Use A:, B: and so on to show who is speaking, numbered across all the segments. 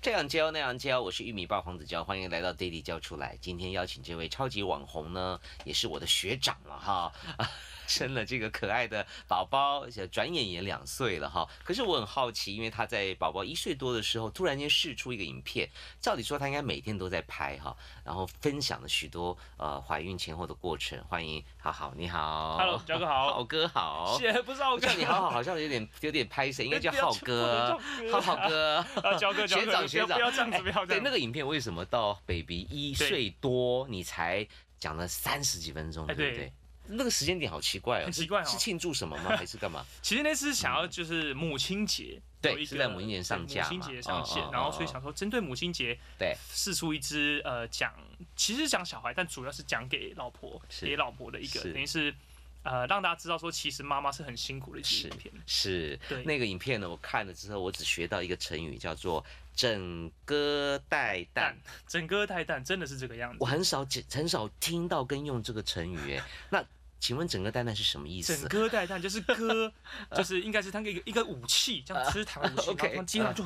A: 这样教那样教，我是玉米爸黄子教，欢迎来到 Daily 教出来。今天邀请这位超级网红呢，也是我的学长了哈， 啊生了这个可爱的宝宝，转眼也两岁了哈。可是我很好奇，因为他在宝宝一岁多的时候，突然间试出一个影片，照理说他应该每天都在拍哈，然后分享了许多呃怀孕前后的过程。欢迎好好，你好
B: Hello，教哥好
A: 浩哥 好。
B: 是不是浩
A: 我
B: 哥
A: 叫？你好好，好像有点有点拍谁，应该叫
B: 不要
A: 浩
B: 叫
A: 哥，
B: 不能
A: 浩
B: 叫哥
A: 浩哥。
B: 啊，教哥，教
A: 学
B: 哥，
A: 长，学长，
B: 不 要不要这样
A: 哎
B: 子，不要这
A: 对，
B: 样。
A: 那个影片为什么到 baby 一
B: 对
A: 岁多你才讲了三十几分钟，对
B: 哎
A: 不对
B: 对？
A: 那个时间点好奇怪哦，
B: 很
A: 是
B: 奇怪哦
A: 是庆祝什么 吗？还是干嘛？
B: 其实那次想要就是母亲节，
A: 对
B: 有一个
A: 是在母亲节上架嘛
B: 对母亲节上
A: 哦哦
B: 线
A: 哦，
B: 然后所以想说针对母亲节，
A: 对，
B: 试出一支呃讲，其实讲小孩，但主要是讲给老婆，
A: 是
B: 给老婆的一个，
A: 是
B: 等于是呃让大家知道说，其实妈妈是很辛苦的一支影片。
A: 是
B: 对
A: 那个影片呢？我看了之后，我只学到一个成语，叫做“整个带蛋
B: 蛋”。，整个太蛋真的是这个样
A: 我
B: 子。
A: 很少见很少听到跟用这个成语， 哎，那请问“整个蛋蛋”是什么意
B: 整
A: 思？
B: 个带蛋就 是割，就是应该是它一个一个武器，这样吃糖武器，然
A: OK，
B: 后它接上就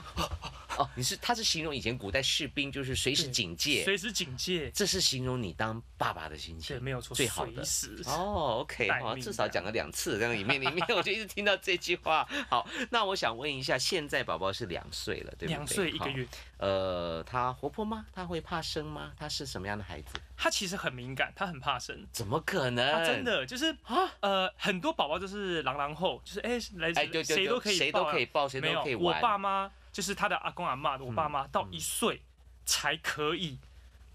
A: 哦，你是它是形容以前古代士兵就是随时
B: 对
A: 警戒，
B: 随时警戒。
A: 这是形容你当爸爸的心
B: 对，
A: 情。
B: 没有错，
A: 最好的
B: 随时
A: 哦，OK，
B: 待
A: 好，
B: 命
A: 至
B: 这
A: 少
B: 样
A: 讲了两次，这样里面里面 我就一直听到这句话。好，那我想问一下，现在宝宝是两岁了，对不对？
B: 两岁一个
A: 好。
B: 月，
A: 呃，他活泼吗？他会怕生吗？他是什么样的孩子？
B: 他其实很敏感，他很怕生。
A: 怎么可能？
B: 他真。的就是
A: 哎啊
B: 呃，很多宝宝就是狼狼后，就是哎、来
A: 哎，对对对，
B: 谁都可以
A: 谁都
B: 抱啊
A: 可以抱，谁
B: 没
A: 都
B: 有
A: 可以，
B: 我
A: 玩。嗯
B: 爸妈就是他的阿公阿妈，我爸妈到一岁才可以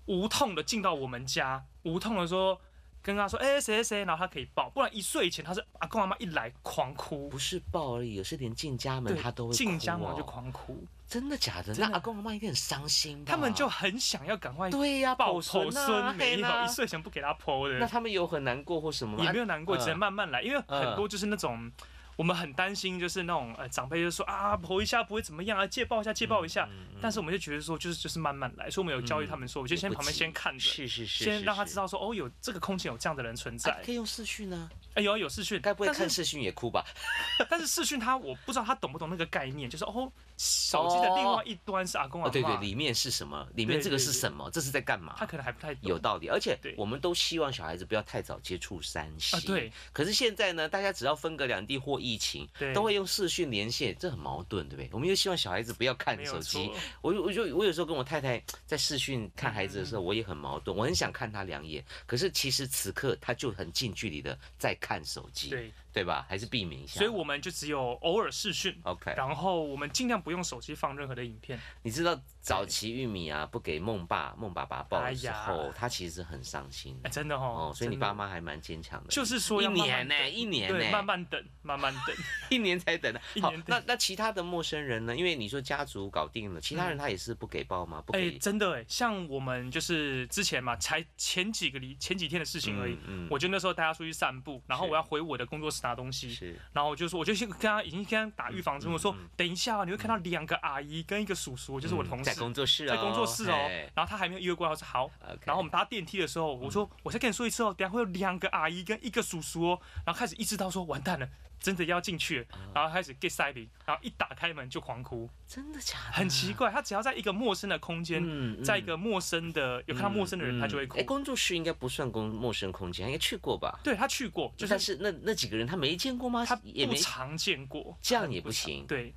B: 无痛的进到我们家，无痛的说跟他说哎谁谁谁，然后他可以抱，不然一岁以前他是阿公阿妈一来狂哭
A: 不。是抱而已，有时连进家门
B: 对
A: 他都，会
B: 进
A: 哭
B: 家门
A: 哦
B: 就狂哭，
A: 真的假的？
B: 真
A: 那
B: 的
A: 阿公阿妈一定很伤心吧。
B: 他们就很想要赶快
A: 对呀，
B: 抱
A: 孙
B: 头
A: 啊
B: 孙，没
A: 嘿
B: 有
A: 呐
B: 一岁以前不给他剖的。
A: 那他们有很难过或什么吗？
B: 也没有难过，
A: 嗯
B: 只能慢慢来，因为很多就是那种。我们很担心，就是那种呃长辈就说啊，剖一下不会怎么样啊，借抱一下，借抱一下。但是我们就觉得说，就是就是慢慢来，所以我们有教育他们说，我就
A: 也
B: 先
A: 不
B: 旁边
A: 急
B: 先看着，
A: 是是是，
B: 先
A: 是
B: 让他
A: 是
B: 知道说哦，有这个空间有这样的人存
A: 哎
B: 在。
A: 可以用视讯呢。
B: 哎，有啊有视讯，
A: 该不会
B: 但
A: 看
B: 是
A: 视讯也哭吧？
B: 但是视讯他我不知道他懂不懂那个概念，就是哦，手机的另外一端是阿公
A: 哦，
B: 阿妈，
A: 对对，里面是什么？里面
B: 对
A: 这个
B: 对
A: 是
B: 对
A: 什么？这是在干嘛
B: 他？可能还不太懂
A: 有道理，而且
B: 对
A: 我们都希望小孩子不要太早接触三
B: 啊
A: C。。
B: 对
A: 可是现在呢，大家只要分隔两地或疫情，
B: 对，
A: 都会用视讯连线，这很矛盾，对不对？我们又希望小孩子不要看
B: 没
A: 手
B: 有
A: 机
B: 错。，
A: 我我就我有时候跟我太太在视讯看孩子的
B: 嗯
A: 时候，我也很矛盾，我很想看他两眼，可是其实此刻他就很近距离的在看手机，
B: 对，
A: 对吧？还是避免一下。
B: 所以我们就只有偶尔视讯，
A: OK，
B: 然后我们尽量不用手机放任何的影片。
A: 你知道早期玉米啊不给梦爸梦爸爸抱的时
B: 哎
A: 候
B: 呀，
A: 他其实很伤心
B: 哎，真的哦
A: 哦，，所以你
B: 真的
A: 爸妈还蛮坚强的，
B: 就是说
A: 一
B: 要慢
A: 年
B: 慢
A: 呢、
B: 等
A: 一年呢、
B: 对，慢慢等，慢慢等。
A: 一年才等到。
B: 一
A: 好
B: 年，等
A: 那那其他的陌生人呢？因为你说家族搞定了，其他人他也是不给抱吗？不
B: 哎、
A: 给，
B: 真的哎，像我们就是之前嘛，才前几个礼前几天的事情而已。
A: 嗯
B: 我就那时候带他出去散步，然后
A: 是
B: 我要回我的工作室拿东西，
A: 是
B: 然后我就说，我就先跟他已经跟他打预防针，我说
A: 嗯
B: 等一下啊，你会看到两个阿姨跟一个叔叔，就是我的同事
A: 在，工作室哦，
B: 在工作室哦
A: 嘿。
B: 然后他还没有约过来，我说好。
A: OK，
B: 然后我们搭电梯的时候，我
A: 嗯
B: 说我再跟你说一次哦，等一下会有两个阿姨跟一个叔叔哦。然后开始意识到说完蛋了，真的要进去了，
A: 啊
B: 然后开始 get 塞林，然后一打开门就狂哭，
A: 真的假的？
B: 很奇怪，他只要在一个陌生的空间，
A: 啊嗯，嗯
B: 在一个陌生的有看到陌生的人，他就会哭
A: 哎，。工作室应该不算公陌生空间，应该去过吧？
B: 对他去过，就
A: 但
B: 是
A: 是那那几个人他没见过吗？
B: 他
A: 也
B: 不
A: 没
B: 常见过，
A: 这样也不
B: 常
A: 行
B: 对。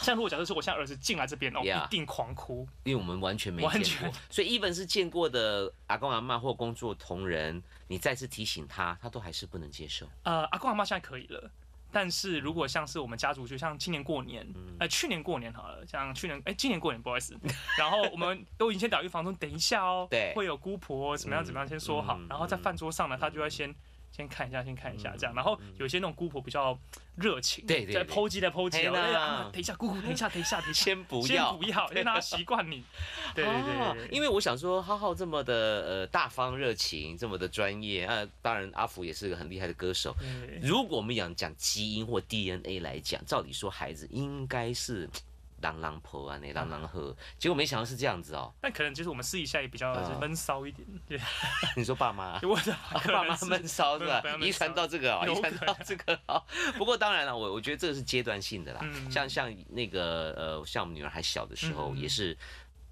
B: 像如果假设说我现在儿子进来这边哦，
A: Yeah
B: 一定狂哭，
A: 因为我们完全没
B: 完
A: 见过
B: 全，
A: 所以 even 是见过的阿公阿妈或工作同仁，你再次提醒他，他都还是不能接受。
B: 呃，阿公阿妈现在可以了，但是如果像是我们家族，就像今年过年，
A: 嗯
B: 呃，去年过年好了，像去年，哎、今年过年不好意思，然后我们都已经先打预防针，等一下哦，
A: 对
B: 会有姑婆怎么样怎么样，先说好，
A: 嗯
B: 然后在饭桌上呢，他就要先。先看一下，先看一下，这样。然后有些那种姑婆比较热情，
A: 嗯对对
B: 在
A: 对
B: 剖击，在剖击，
A: 嘿
B: 然后
A: 啦
B: 哎呀等一下，姑姑，等一下，等一下，等一下，
A: 先不
B: 先
A: 要，啊
B: 不要，先让他习惯 你。对对对
A: 哦
B: 对对，
A: 因为我想说，浩浩这么的呃大方热情，这么的专业，呃，当然阿福也是个很厉害的歌手。
B: 对
A: 如果我们讲讲基因或 DNA 来讲，照理说孩子应该是朗朗婆啊，那朗朗喝，结果没想到是这样子哦。
B: 但可能就是我们私底下也比较就是
A: 啊
B: 闷骚一点， 对，
A: 你说爸妈啊、
B: 我的 可
A: 爸
B: 能
A: 妈
B: 是
A: 闷骚是吧
B: 不要？闷
A: 遗传
B: 骚
A: 到这个哦，
B: 有
A: 遗传
B: 可
A: 到这个哦。不过当然了，我我觉得这个是阶段性的啦。
B: 嗯
A: 像像那个呃，像我们女儿还小的时候，
B: 嗯
A: 也是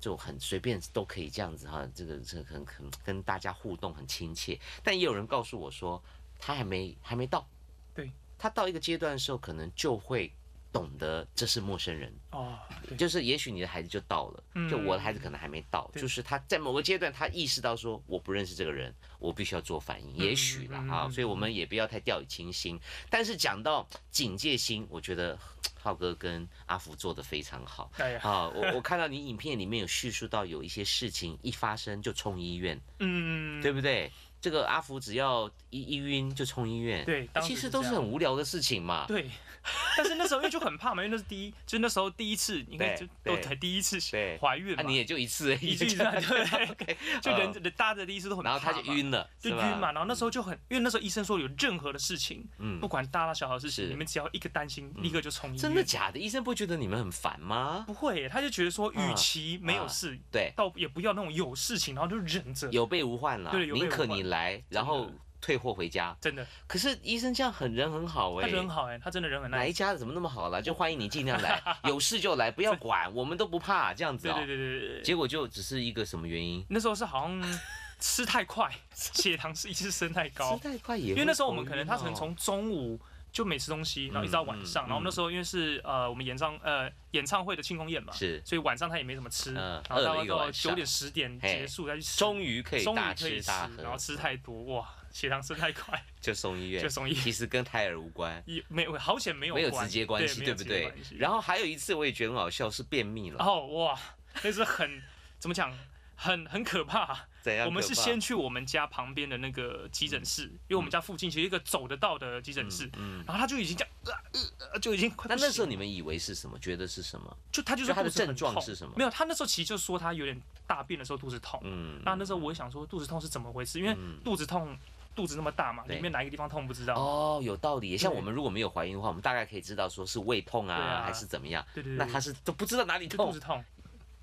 A: 就很随便都可以这样子哈，这个这个很很跟大家互动很亲切。但也有人告诉我说，她还没还没到，
B: 对，
A: 她到一个阶段的时候，可能就会懂得这是陌生人。
B: 哦，对，
A: 就是也许你的孩子就到了，就我的孩子可能还没到，
B: 对
A: 就是他在某个阶段他意识到说我不认识这个人，我必须要做反应，也许啦
B: 嗯嗯
A: 啊，
B: 嗯
A: 所以我们也不要太掉以轻心。但是讲到警戒心，我觉得浩哥跟阿福做的非常好。
B: 哎呀，
A: 啊，我我看到你影片里面有叙述到有一些事情一发生就冲医院，
B: 嗯，
A: 对不对？这个阿福只要一一晕就冲医院，
B: 对，当时
A: 其实
B: 是
A: 都
B: 这
A: 是
B: 样
A: 很无聊的事情嘛。
B: 对，但是那时候因为就很怕嘛，因为那是第一，就是那时候第一次，因为
A: 对
B: 就都
A: 对
B: 才第一次
A: 对
B: 怀孕
A: 啊，
B: 嘛，
A: 你也就一次而已，
B: 一次一 次
A: OK，
B: 对，就人
A: 呃
B: 人大家的第一次都很怕
A: 然
B: 嘛，
A: 后他就晕了，
B: 就是晕
A: 吧
B: 嘛，然后那时候就很，因为那时候医生说有任何的事情，
A: 嗯
B: 不管大大小小的事情，
A: 是嗯
B: 你们只要一个担心，立刻就冲医院。
A: 真的假的？医生不会觉得你们很烦吗？
B: 不会耶，他就觉得说，
A: 啊
B: 与其没有事，
A: 对，
B: 倒也不要那种有事情，然后就忍着。
A: 有备无患啦，
B: 对有备无
A: 宁
B: 患
A: 可你来，然后退货回家。
B: 真的，
A: 可是医生这样很人很好
B: 他
A: 哎、
B: 人很好哎，他真的人很
A: 哪
B: nice。
A: 一家的怎么那么好啦？就欢迎你尽量来，有事就来，不要管，我们都不怕这样子
B: 对
A: 哦、
B: 对对对对对，
A: 结果就只是一个什么原因？
B: 那时候是好像吃 太快，血糖是一直升太高
A: 吃，太快也会头晕哦、
B: 因为那时候我们可能他可能从中午就没吃东西，然后一直到晚
A: 嗯
B: 上，
A: 嗯
B: 然后我们那时候因为是呃我们演唱呃演唱会的庆功宴嘛，
A: 是
B: 所以晚上他也没怎么吃，
A: 嗯
B: 然后
A: 饿了
B: 到
A: 一个
B: 到
A: 晚上
B: 九点十点
A: 嘿
B: 结束再去吃，
A: 终于可以
B: 终
A: 大
B: 于可以
A: 吃
B: 吃
A: 大喝，
B: 然后吃太多哇，血糖升 太快，
A: 就送医院，
B: 就送医院
A: 其实跟胎儿无关。
B: 也没有好险没有
A: 没有
B: 关
A: 直接关系，对
B: 对
A: 不对？然后还有一次我也觉得很好笑，是便秘了。
B: 后哦哇，那是很怎么讲，很很可怕。
A: 怎样可怕？
B: 我们是先去我们家旁边的那个急诊室，因为我们家附近其实有一个走得到的急诊室，
A: 嗯，
B: 然后他就已经这样，呃呃，就已经快
A: 那
B: 不行
A: 那时候
B: 了
A: 你们以为是什么？觉得是什么？
B: 就他就
A: 就
B: 说
A: 他的
B: 肚子很
A: 症状
B: 痛
A: 是什么
B: 没有，他那时候其实就说他有点大便的时候肚子痛。
A: 嗯，
B: 那那时候我也想说肚子痛是怎么回事，因为肚子痛，肚子那么大嘛，
A: 对
B: 里面哪一个地方痛不知道。
A: 哦，有道理耶。像
B: 对
A: 我们如果没有怀孕的话，我们大概可以知道说是胃痛啊，
B: 对啊
A: 还是怎么样。
B: 对对对，
A: 那他是都不知道哪里
B: 就肚
A: 痛
B: 子，痛，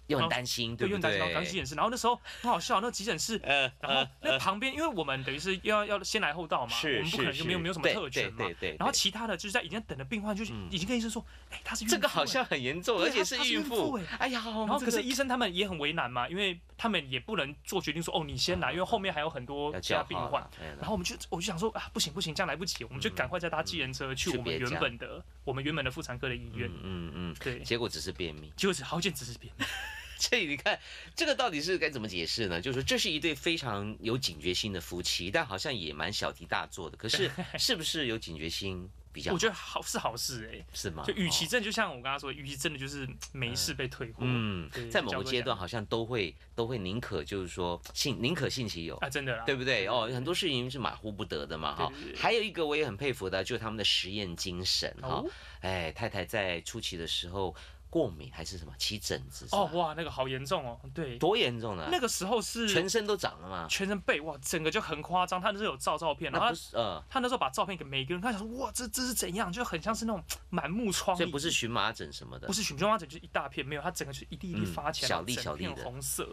A: 又很
B: 然后
A: 担心，
B: 对，
A: 不
B: 用担心，然后赶去急
A: 对？
B: 诊室。然后那时候很好笑，那急诊 室，
A: 呃，
B: 然后那旁边，因为我们等于是要要先来后到嘛，
A: 是
B: 我们不可能
A: 是
B: 就没有
A: 是
B: 没有什么
A: 对
B: 特权嘛
A: 对对对对。
B: 然后其他的就是在已经等的病患，就是
A: 嗯
B: 已经跟医生说，哎，他是
A: 这
B: 孕
A: 个
B: 妇
A: 好
B: 哎
A: 像很严重，而
B: 对
A: 且
B: 他
A: 是
B: 他是
A: 孕
B: 孕妇
A: 妇
B: 哎。
A: 哎呀，然
B: 然后可是医生他们也很为难嘛，因为他们也不能做决定说哦你先来，因为后面还有很多
A: 啊要
B: 其他
A: 叫
B: 病
A: 号
B: 患
A: 了。，哎
B: 然后我们就我就想说啊不行不行，这样来不及，我们就赶快再搭计程车
A: 嗯
B: 去
A: 去
B: 我们
A: 别
B: 原
A: 家
B: 本的我们原本的妇产科的医院。
A: 嗯嗯嗯，
B: 对，
A: 结果只是便秘。
B: 就是好险只是便秘。
A: 这你看，这个到底是该怎么解释呢？就是说这是一对非常有警觉心的夫妻，但好像也蛮小题大做的。可 是是不是有警觉心比较
B: 我
A: 好？
B: 觉得好是好事哎、
A: 是吗？
B: 就与其
A: 哦
B: 真的就像我刚刚说，与其真的就是嗯没事被退货。
A: 嗯
B: 对，
A: 在某
B: 交
A: 个
B: 个
A: 阶
B: 感
A: 段好像都会都会宁可就是说信宁可信其有。
B: 啊，真的啦，
A: 对不对？哦，很多事情是马虎不得的嘛，哈
B: 对对。对
A: 还有一个我也很佩服的，就是他们的实验精神哈
B: 哦。
A: 哎，太太在初期的时候过敏还是什么起疹子是吧
B: 哦哇，那个好严重哦，对，
A: 多严重呢
B: 那？个时候是
A: 全身都长了嘛？
B: 全身被哇，整个就很夸张。他那时候有照照片，然后
A: 那不
B: 他
A: 是呃，
B: 他那时候把照片给每个人看，想说哇，这这是怎样，就很像是那种满目疮痍。
A: 所以不是荨麻疹什么的
B: 不。是荨麻疹，就是一大片，没有，它整个就是一粒一粒
A: 嗯
B: 发起来，
A: 小
B: 然后
A: 粒
B: 整
A: 小粒
B: 片
A: 的
B: 红色，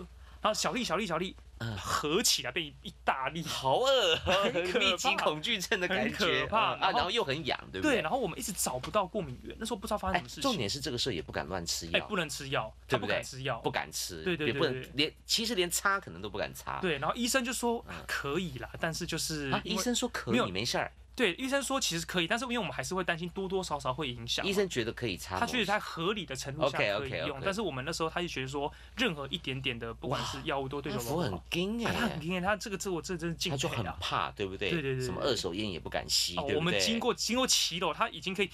B: 然后小粒小粒小粒
A: 嗯
B: 合起来变一一大粒。
A: 好恶 哦，
B: 很可
A: 密集
B: 怕
A: 恐惧症的
B: 很
A: 感
B: 可
A: 觉
B: 怕
A: 嗯
B: 然
A: 啊，
B: 后
A: 然后又很痒，对不
B: 对，
A: 对？
B: 然后我们一直找不到过敏源，那时候不知道发生
A: 哎
B: 什么事，情。
A: 重点是这个时候也不敢乱吃
B: 哎，
A: 药
B: 不，能吃药，
A: 对
B: 他
A: 不
B: 敢
A: 对
B: 吃药，
A: 不敢吃，
B: 对对
A: 也
B: 对
A: 不能
B: 对
A: 连，其实连擦可能都不敢擦。
B: 对，然后医生就说啊可以啦，但是就是
A: 嗯啊，
B: 因
A: 医
B: 为
A: 生说可
B: 没有
A: 以，没事儿。
B: 对医生说其实可以，但是因为我们还是会担心多多少少会影响嘛。
A: 医生觉得可以擦某
B: 他觉
A: 些，
B: 得在合理的程度下
A: OK，OK，
B: 可以
A: OK
B: 用，但是我们那时候他就觉得说，任何一点点的，不管是药物都对
A: 他
B: 手
A: 服很硬
B: 啊他
A: 哎
B: 很，厉害，他这个这我这真是敬
A: 他就
B: 佩
A: 很
B: 啊！
A: 怕，对不对？
B: 对对对对
A: 什么
B: 对
A: 二手烟也不敢吸，
B: 哦
A: 对不，对？
B: 我们经，过经过骑楼，他已经可以，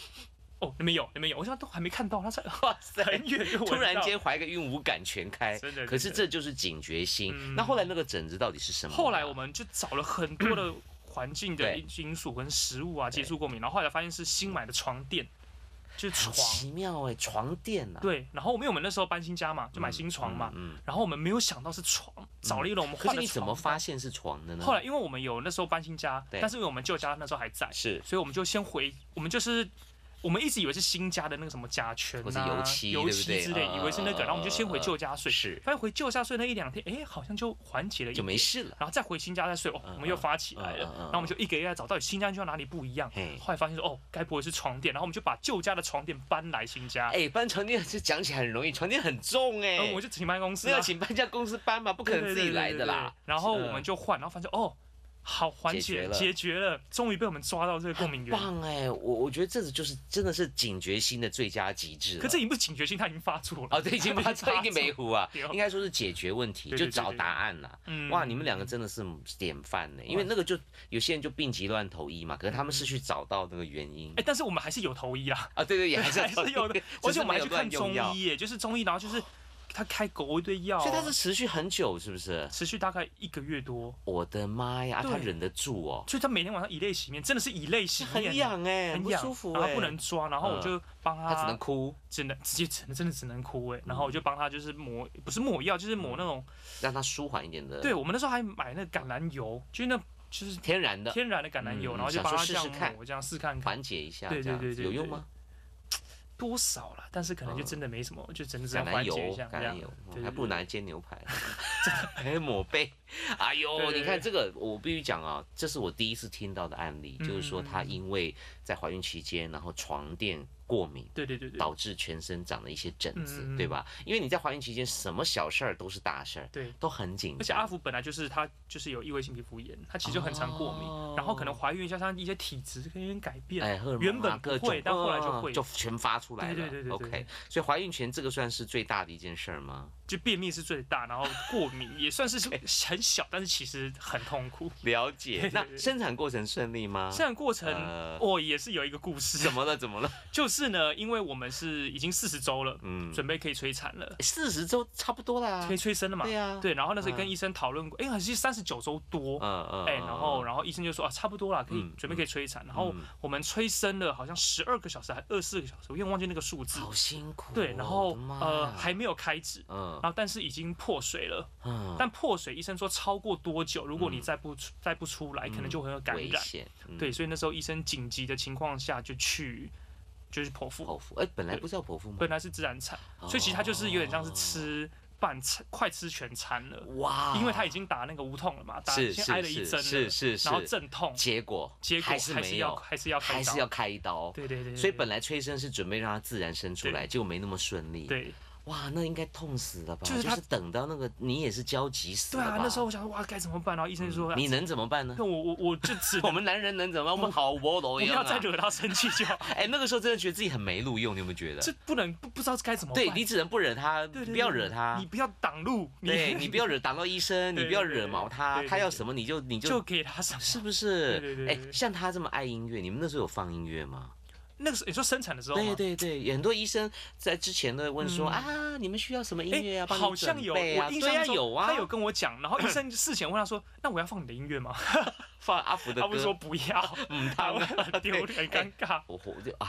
B: 哦，你们有你们有，我想都还没看到，他才
A: 哇塞，
B: 很远就闻
A: 突然
B: 到，
A: 间怀个孕五感全开
B: 真的，
A: 可
B: 真
A: 是
B: 的
A: 这就是警觉心。
B: 嗯
A: 那后来那个疹子到底是什么呢？啊
B: 后来我们就找了很 多的环境的
A: 对
B: 因因素跟食物啊
A: 对
B: 接触过敏，然后后来发现是新买的床垫，就是
A: 很
B: 床，
A: 奇妙哎，床垫呐，
B: 对，然后因为我们那时候搬新家嘛，就买新床嘛，
A: 嗯，嗯嗯
B: 然后我们没有想到是床，找了一轮我们
A: 可
B: 换
A: 是
B: 的
A: 你怎么
B: 床
A: 发现是床的呢？
B: 后来因为我们有那时候搬新家，
A: 嗯对
B: 但是因为我们旧家那时候还在，
A: 是
B: 所以我们就先回，我们就是我们一直以为是新家的那个什么甲醛
A: 或是
B: 啊、
A: 油漆
B: 油
A: 对不
B: 漆
A: 对嗯
B: 之类，以为是那个，
A: 呃
B: 然后我们就先回旧家睡，
A: 是
B: 发现回旧家睡那一两天，哎，好像就缓解了一
A: 就
B: 点，
A: 没事了。
B: 然后再回新家再睡，哦，
A: 嗯
B: 我们又发起来了，
A: 嗯嗯嗯嗯
B: 然后我们就一个一个在找，到底新家就要哪里不一样
A: 嘿，
B: 后来发现说，哦，该不会是床垫，然后我们就把旧家的床垫搬来新家，
A: 哎，搬床垫这讲起来很容易，床垫很重哎、
B: 啊然后我就请搬公司
A: 那
B: 啊
A: 要，请搬家公司搬嘛，不可能自己来的啦。
B: 对。对对对对然后
A: 嗯
B: 我们就换，然后发现哦，好缓
A: 解决
B: 解
A: 了
B: 解决了，终于被我们抓到这个共鸣源。
A: 棒哎、我我觉得这就是真的是警觉心的最佳极致了。
B: 可这已经不是警觉性，它已经发作了。
A: 哦，对，已经把 这一定没
B: 作。
A: 糊啊
B: 对哦，
A: 应该说是解决问题，
B: 对
A: 就
B: 对对
A: 找
B: 对
A: 答案啦。
B: 嗯
A: 哇，你们两个真的是典范呢，因为那个就有些人就病急乱投医嘛，可是他们是去找到那个原因
B: 嗯哎，但是我们还是有头 医啦，
A: 啊，对 对，也还是
B: 还是有的，而且我们还去看中，
A: 只是没有乱用药
B: 医耶，就是中医，然后 就是他开狗一堆药啊，
A: 所以他是持续很久，是不是？
B: 持续大概一个月多，
A: 我的妈呀，啊
B: 对
A: 他忍得住哦，
B: 所以他每天晚上以泪洗面，真的是以泪洗面，
A: 很痒哎，
B: 很
A: 不
B: 痒，
A: 舒服
B: 然后
A: 哎，
B: 不欸能抓，然后我就帮
A: 他只能嗯哭，
B: 只能直接只能真的只能哭哎，然后我就帮他就是抹，不是抹药，就是
A: 嗯
B: 抹那种
A: 让他舒缓一点的，
B: 对，，我们那时候还买那个橄榄油，就是那就是
A: 天然的
B: 天然的橄榄油，
A: 嗯
B: 然后就
A: 想
B: 帮
A: 说
B: 它
A: 试
B: 这
A: 试
B: 样
A: 看
B: 抹，这样试看看
A: 缓解一下，
B: 对对
A: 这样
B: 对对
A: 有用
B: 对
A: 吗？
B: 多少了，但是可能就
A: 嗯
B: 真的没什么，就真的是要
A: 橄榄
B: 缓
A: 油
B: 解一下，，这
A: 橄榄
B: 样
A: 油
B: 对对
A: 还不如拿来煎牛 排， 还抹背。哎
B: 对
A: 呦，
B: 对
A: 你看这个，我必须讲啊，这是我第一次听到的案例，就是说
B: 嗯嗯嗯
A: 她因为在怀孕期间，然后床垫过敏。
B: 对对对对
A: 导致全身长了一些疹子，
B: 嗯嗯嗯
A: 对吧？因为你在怀孕期间，什么小事儿都是大事儿，
B: 对。
A: 都很紧
B: 而且阿
A: 张。
B: 福本来就是她就是有异位性皮肤炎，她其实就很常过敏，然后可能怀孕加上一些体质可能有点改变，
A: 哦哎，荷尔蒙啊
B: 原本不
A: 各种
B: 会但后来就
A: 嗯
B: 会
A: 就全发出来了。
B: 对对对对对
A: OK，所以怀孕前这个算是最大的一件事儿吗？
B: 就便秘是最大，然后过敏也算是很小，但是其实很痛苦。
A: 了
B: 对
A: 解。
B: 对
A: 那
B: 对
A: 生产过程顺利吗？
B: 这样过程
A: 啊呃
B: 哦也是有一个故事哦
A: 怎，么了？怎么了？
B: 就是呢，因为我们是已经四十周了，
A: 嗯，
B: 准备可以催产了，
A: 四十周差不多啦
B: 可以。催生了嘛
A: 对？呀，
B: 对，然后那时候
A: 嗯
B: 跟医生讨论过，哎、好像是三十九周多，
A: 嗯嗯，
B: 哎、然后
A: 嗯
B: 然后医生就说啊，差不多了，可以、
A: 嗯
B: 准备可以催产。然后
A: 嗯
B: 我们催生了好像十二个小时还二十四个小时，我有点忘记那个数字。
A: 好辛苦哦，
B: 对，然
A: 我
B: 后
A: 的妈
B: 呃
A: 呀
B: 还没有开指，
A: 嗯
B: 然后但是已经破水了。
A: 嗯，
B: 但破水医生说超过多久，如果你
A: 嗯
B: 再不出再不出来，可能
A: 嗯
B: 就会有感
A: 危
B: 染。
A: 险，嗯
B: 对，，所以那时候医生紧急的情况下就去就是剖腹，
A: 剖腹，哎，本来不是要剖腹吗？
B: 本来是自然产，所以其实他就是有点
A: 哦
B: 像是吃半餐，快吃全餐了。
A: 哇，
B: 因为他已经打那个无痛了嘛，打
A: 啊是
B: 先
A: 是
B: 挨了一
A: 是
B: 针了，
A: 是是是，
B: 然后阵痛，
A: 结果
B: 结果
A: 还
B: 还
A: 是没
B: 要
A: 有，
B: 还是要开
A: 还
B: 刀
A: 是要开一刀。
B: 对对对对，
A: 所以本来催生是准备让它自然生出
B: 对
A: 来，结果没那么顺利。，
B: 对
A: 哇，那应该痛死了吧？
B: 就是他
A: 等到那个你也是焦急死
B: 对
A: 了吧。
B: 啊，那时候我想哇该怎么办，然后医生说
A: 嗯你能怎么办呢
B: 那？我我 我就只
A: 我
B: 能
A: 们男人能怎么办？我们好窝楼
B: 不
A: 一样
B: 要
A: 啊
B: 再惹他生气 就好，
A: 哎，那个时候真的觉得自己很没录用，你有没有觉得？
B: 这不能不不知道该怎么办，
A: 对你只能不惹他，
B: 对对对
A: 不要惹他
B: 你。不要挡路，
A: 对你不要惹挡到医生，你不要
B: 对对对
A: 惹毛
B: 对
A: 他
B: 对，对
A: 他要什么你就你
B: 就
A: 就，
B: 给他什么？
A: 是不
B: 对
A: 是？
B: 对对
A: 哎
B: 对，
A: 像他这么爱音乐，你们那时候有放音乐吗？
B: 那个时候你说生产的时候
A: 对
B: 吗？
A: 对对，很多医生在之前都会问说
B: 啊嗯
A: 啊，你们需要什么音乐啊？
B: 哎，
A: 帮你
B: 好像
A: 准
B: 有，
A: 备啊
B: 我印
A: 对
B: 象
A: 啊，
B: 中
A: 有啊，
B: 他有跟我讲，然后医生事前问他说：“那我要放你的音乐吗
A: 放阿福？”的
B: 他不是说
A: 歌，
B: 不要，
A: 嗯，
B: 他
A: 他
B: 会很丢脸、
A: 对
B: 尴尬。
A: 我我就啊，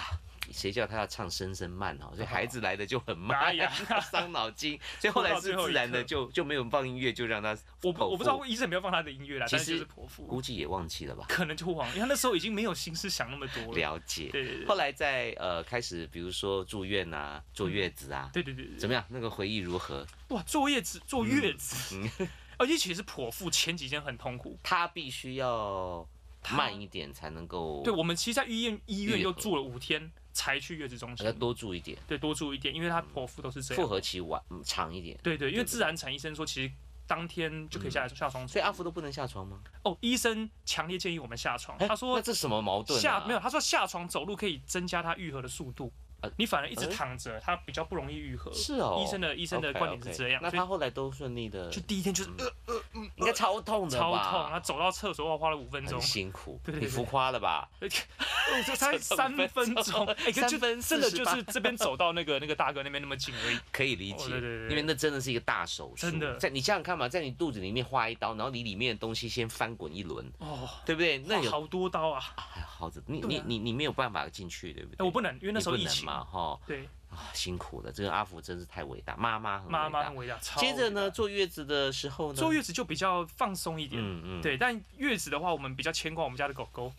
A: 谁叫他要唱《声声慢》哦，所以孩子来的就很
B: 哎
A: 慢
B: 呀，
A: 伤脑筋，所以后来
B: 拖到最
A: 是
B: 后一
A: 自然的
B: 刻
A: 就就没有放音乐，就让他
B: 我不
A: 口
B: 我不知道
A: 腹，
B: 医生有没有放他的音乐啦，
A: 其
B: 但是就
A: 实
B: 是剖腹，
A: 估计也忘记了吧？
B: 可能就忘了，因为他那时候已经没有心思想那么多了。
A: 了解。
B: 对对
A: 后来在呃开始，比如说住院啊，坐月子啊，
B: 对对对对
A: 怎
B: 对，
A: 么样？那个回忆如何？
B: 哇，坐月子坐月子，
A: 嗯
B: 而且其实剖腹前几天很痛苦。
A: 他必须要
B: 他
A: 慢一点才能够，
B: 对，我们其实，在医院医院
A: 愈合
B: 又住了五天才去月子中
A: 要
B: 心，
A: 多住一点。
B: 对，多住一点，因为他剖腹都是啊这
A: 复
B: 样。
A: 合期晚嗯长一点，
B: 对对，因
A: 对嗯
B: 为
A: 对
B: 自然产医生说，其实当天就可以下来下床。
A: 所以阿福都不能下床吗？
B: 哦，医生强烈建议我们下床，
A: 哎
B: 他说
A: 那这什么矛盾、啊？
B: 下没有，他说下床走路可以增加他愈合的速度
A: 呃。
B: 你反而一直
A: 呃
B: 躺着，他比较不容易愈合。
A: 是哦，
B: 医生的医生的
A: OK，
B: 观点是
A: OK
B: 这样，
A: 那
B: 所
A: 他后嗯来都顺利的
B: 以，就第一天就是呃
A: 应该超痛的
B: 超
A: 吧？
B: 痛，他走到厕所花花了五分钟
A: 很，辛苦，
B: 对对对
A: 你浮夸了吧？哎
B: 我 就才三分钟，哎，可
A: 三
B: 就
A: 分
B: 真的
A: 48
B: 就是这边走到那个那个大哥那边那么近 而已，
A: 可以理解，
B: 哦对对对
A: 因为那真的是一个大手术。
B: 真的
A: 在你想想看嘛，在你肚子里面划一刀，然后你里面的东西先翻滚一轮，
B: 哦，
A: 对不对？那
B: 哇
A: 有
B: 好多刀啊！
A: 哎好的，你
B: 对
A: 你
B: 啊
A: 你你没有办法进去，对不
B: 哎，
A: 对？
B: 我不能，因为那
A: 你
B: 时候
A: 不
B: 疫
A: 能
B: 情，
A: 嘛，哈
B: 对，
A: 啊，辛苦了，这个阿福真是太伟大，妈妈很伟
B: 妈妈
A: 大
B: 很。伟大。超
A: 嗯哎接着
B: 伟
A: 呢，
B: 大，
A: 坐月子的时候呢，
B: 坐月子就比较放松一点，
A: 嗯嗯，
B: 对，但月子的话，我们比较牵挂我们家的狗狗，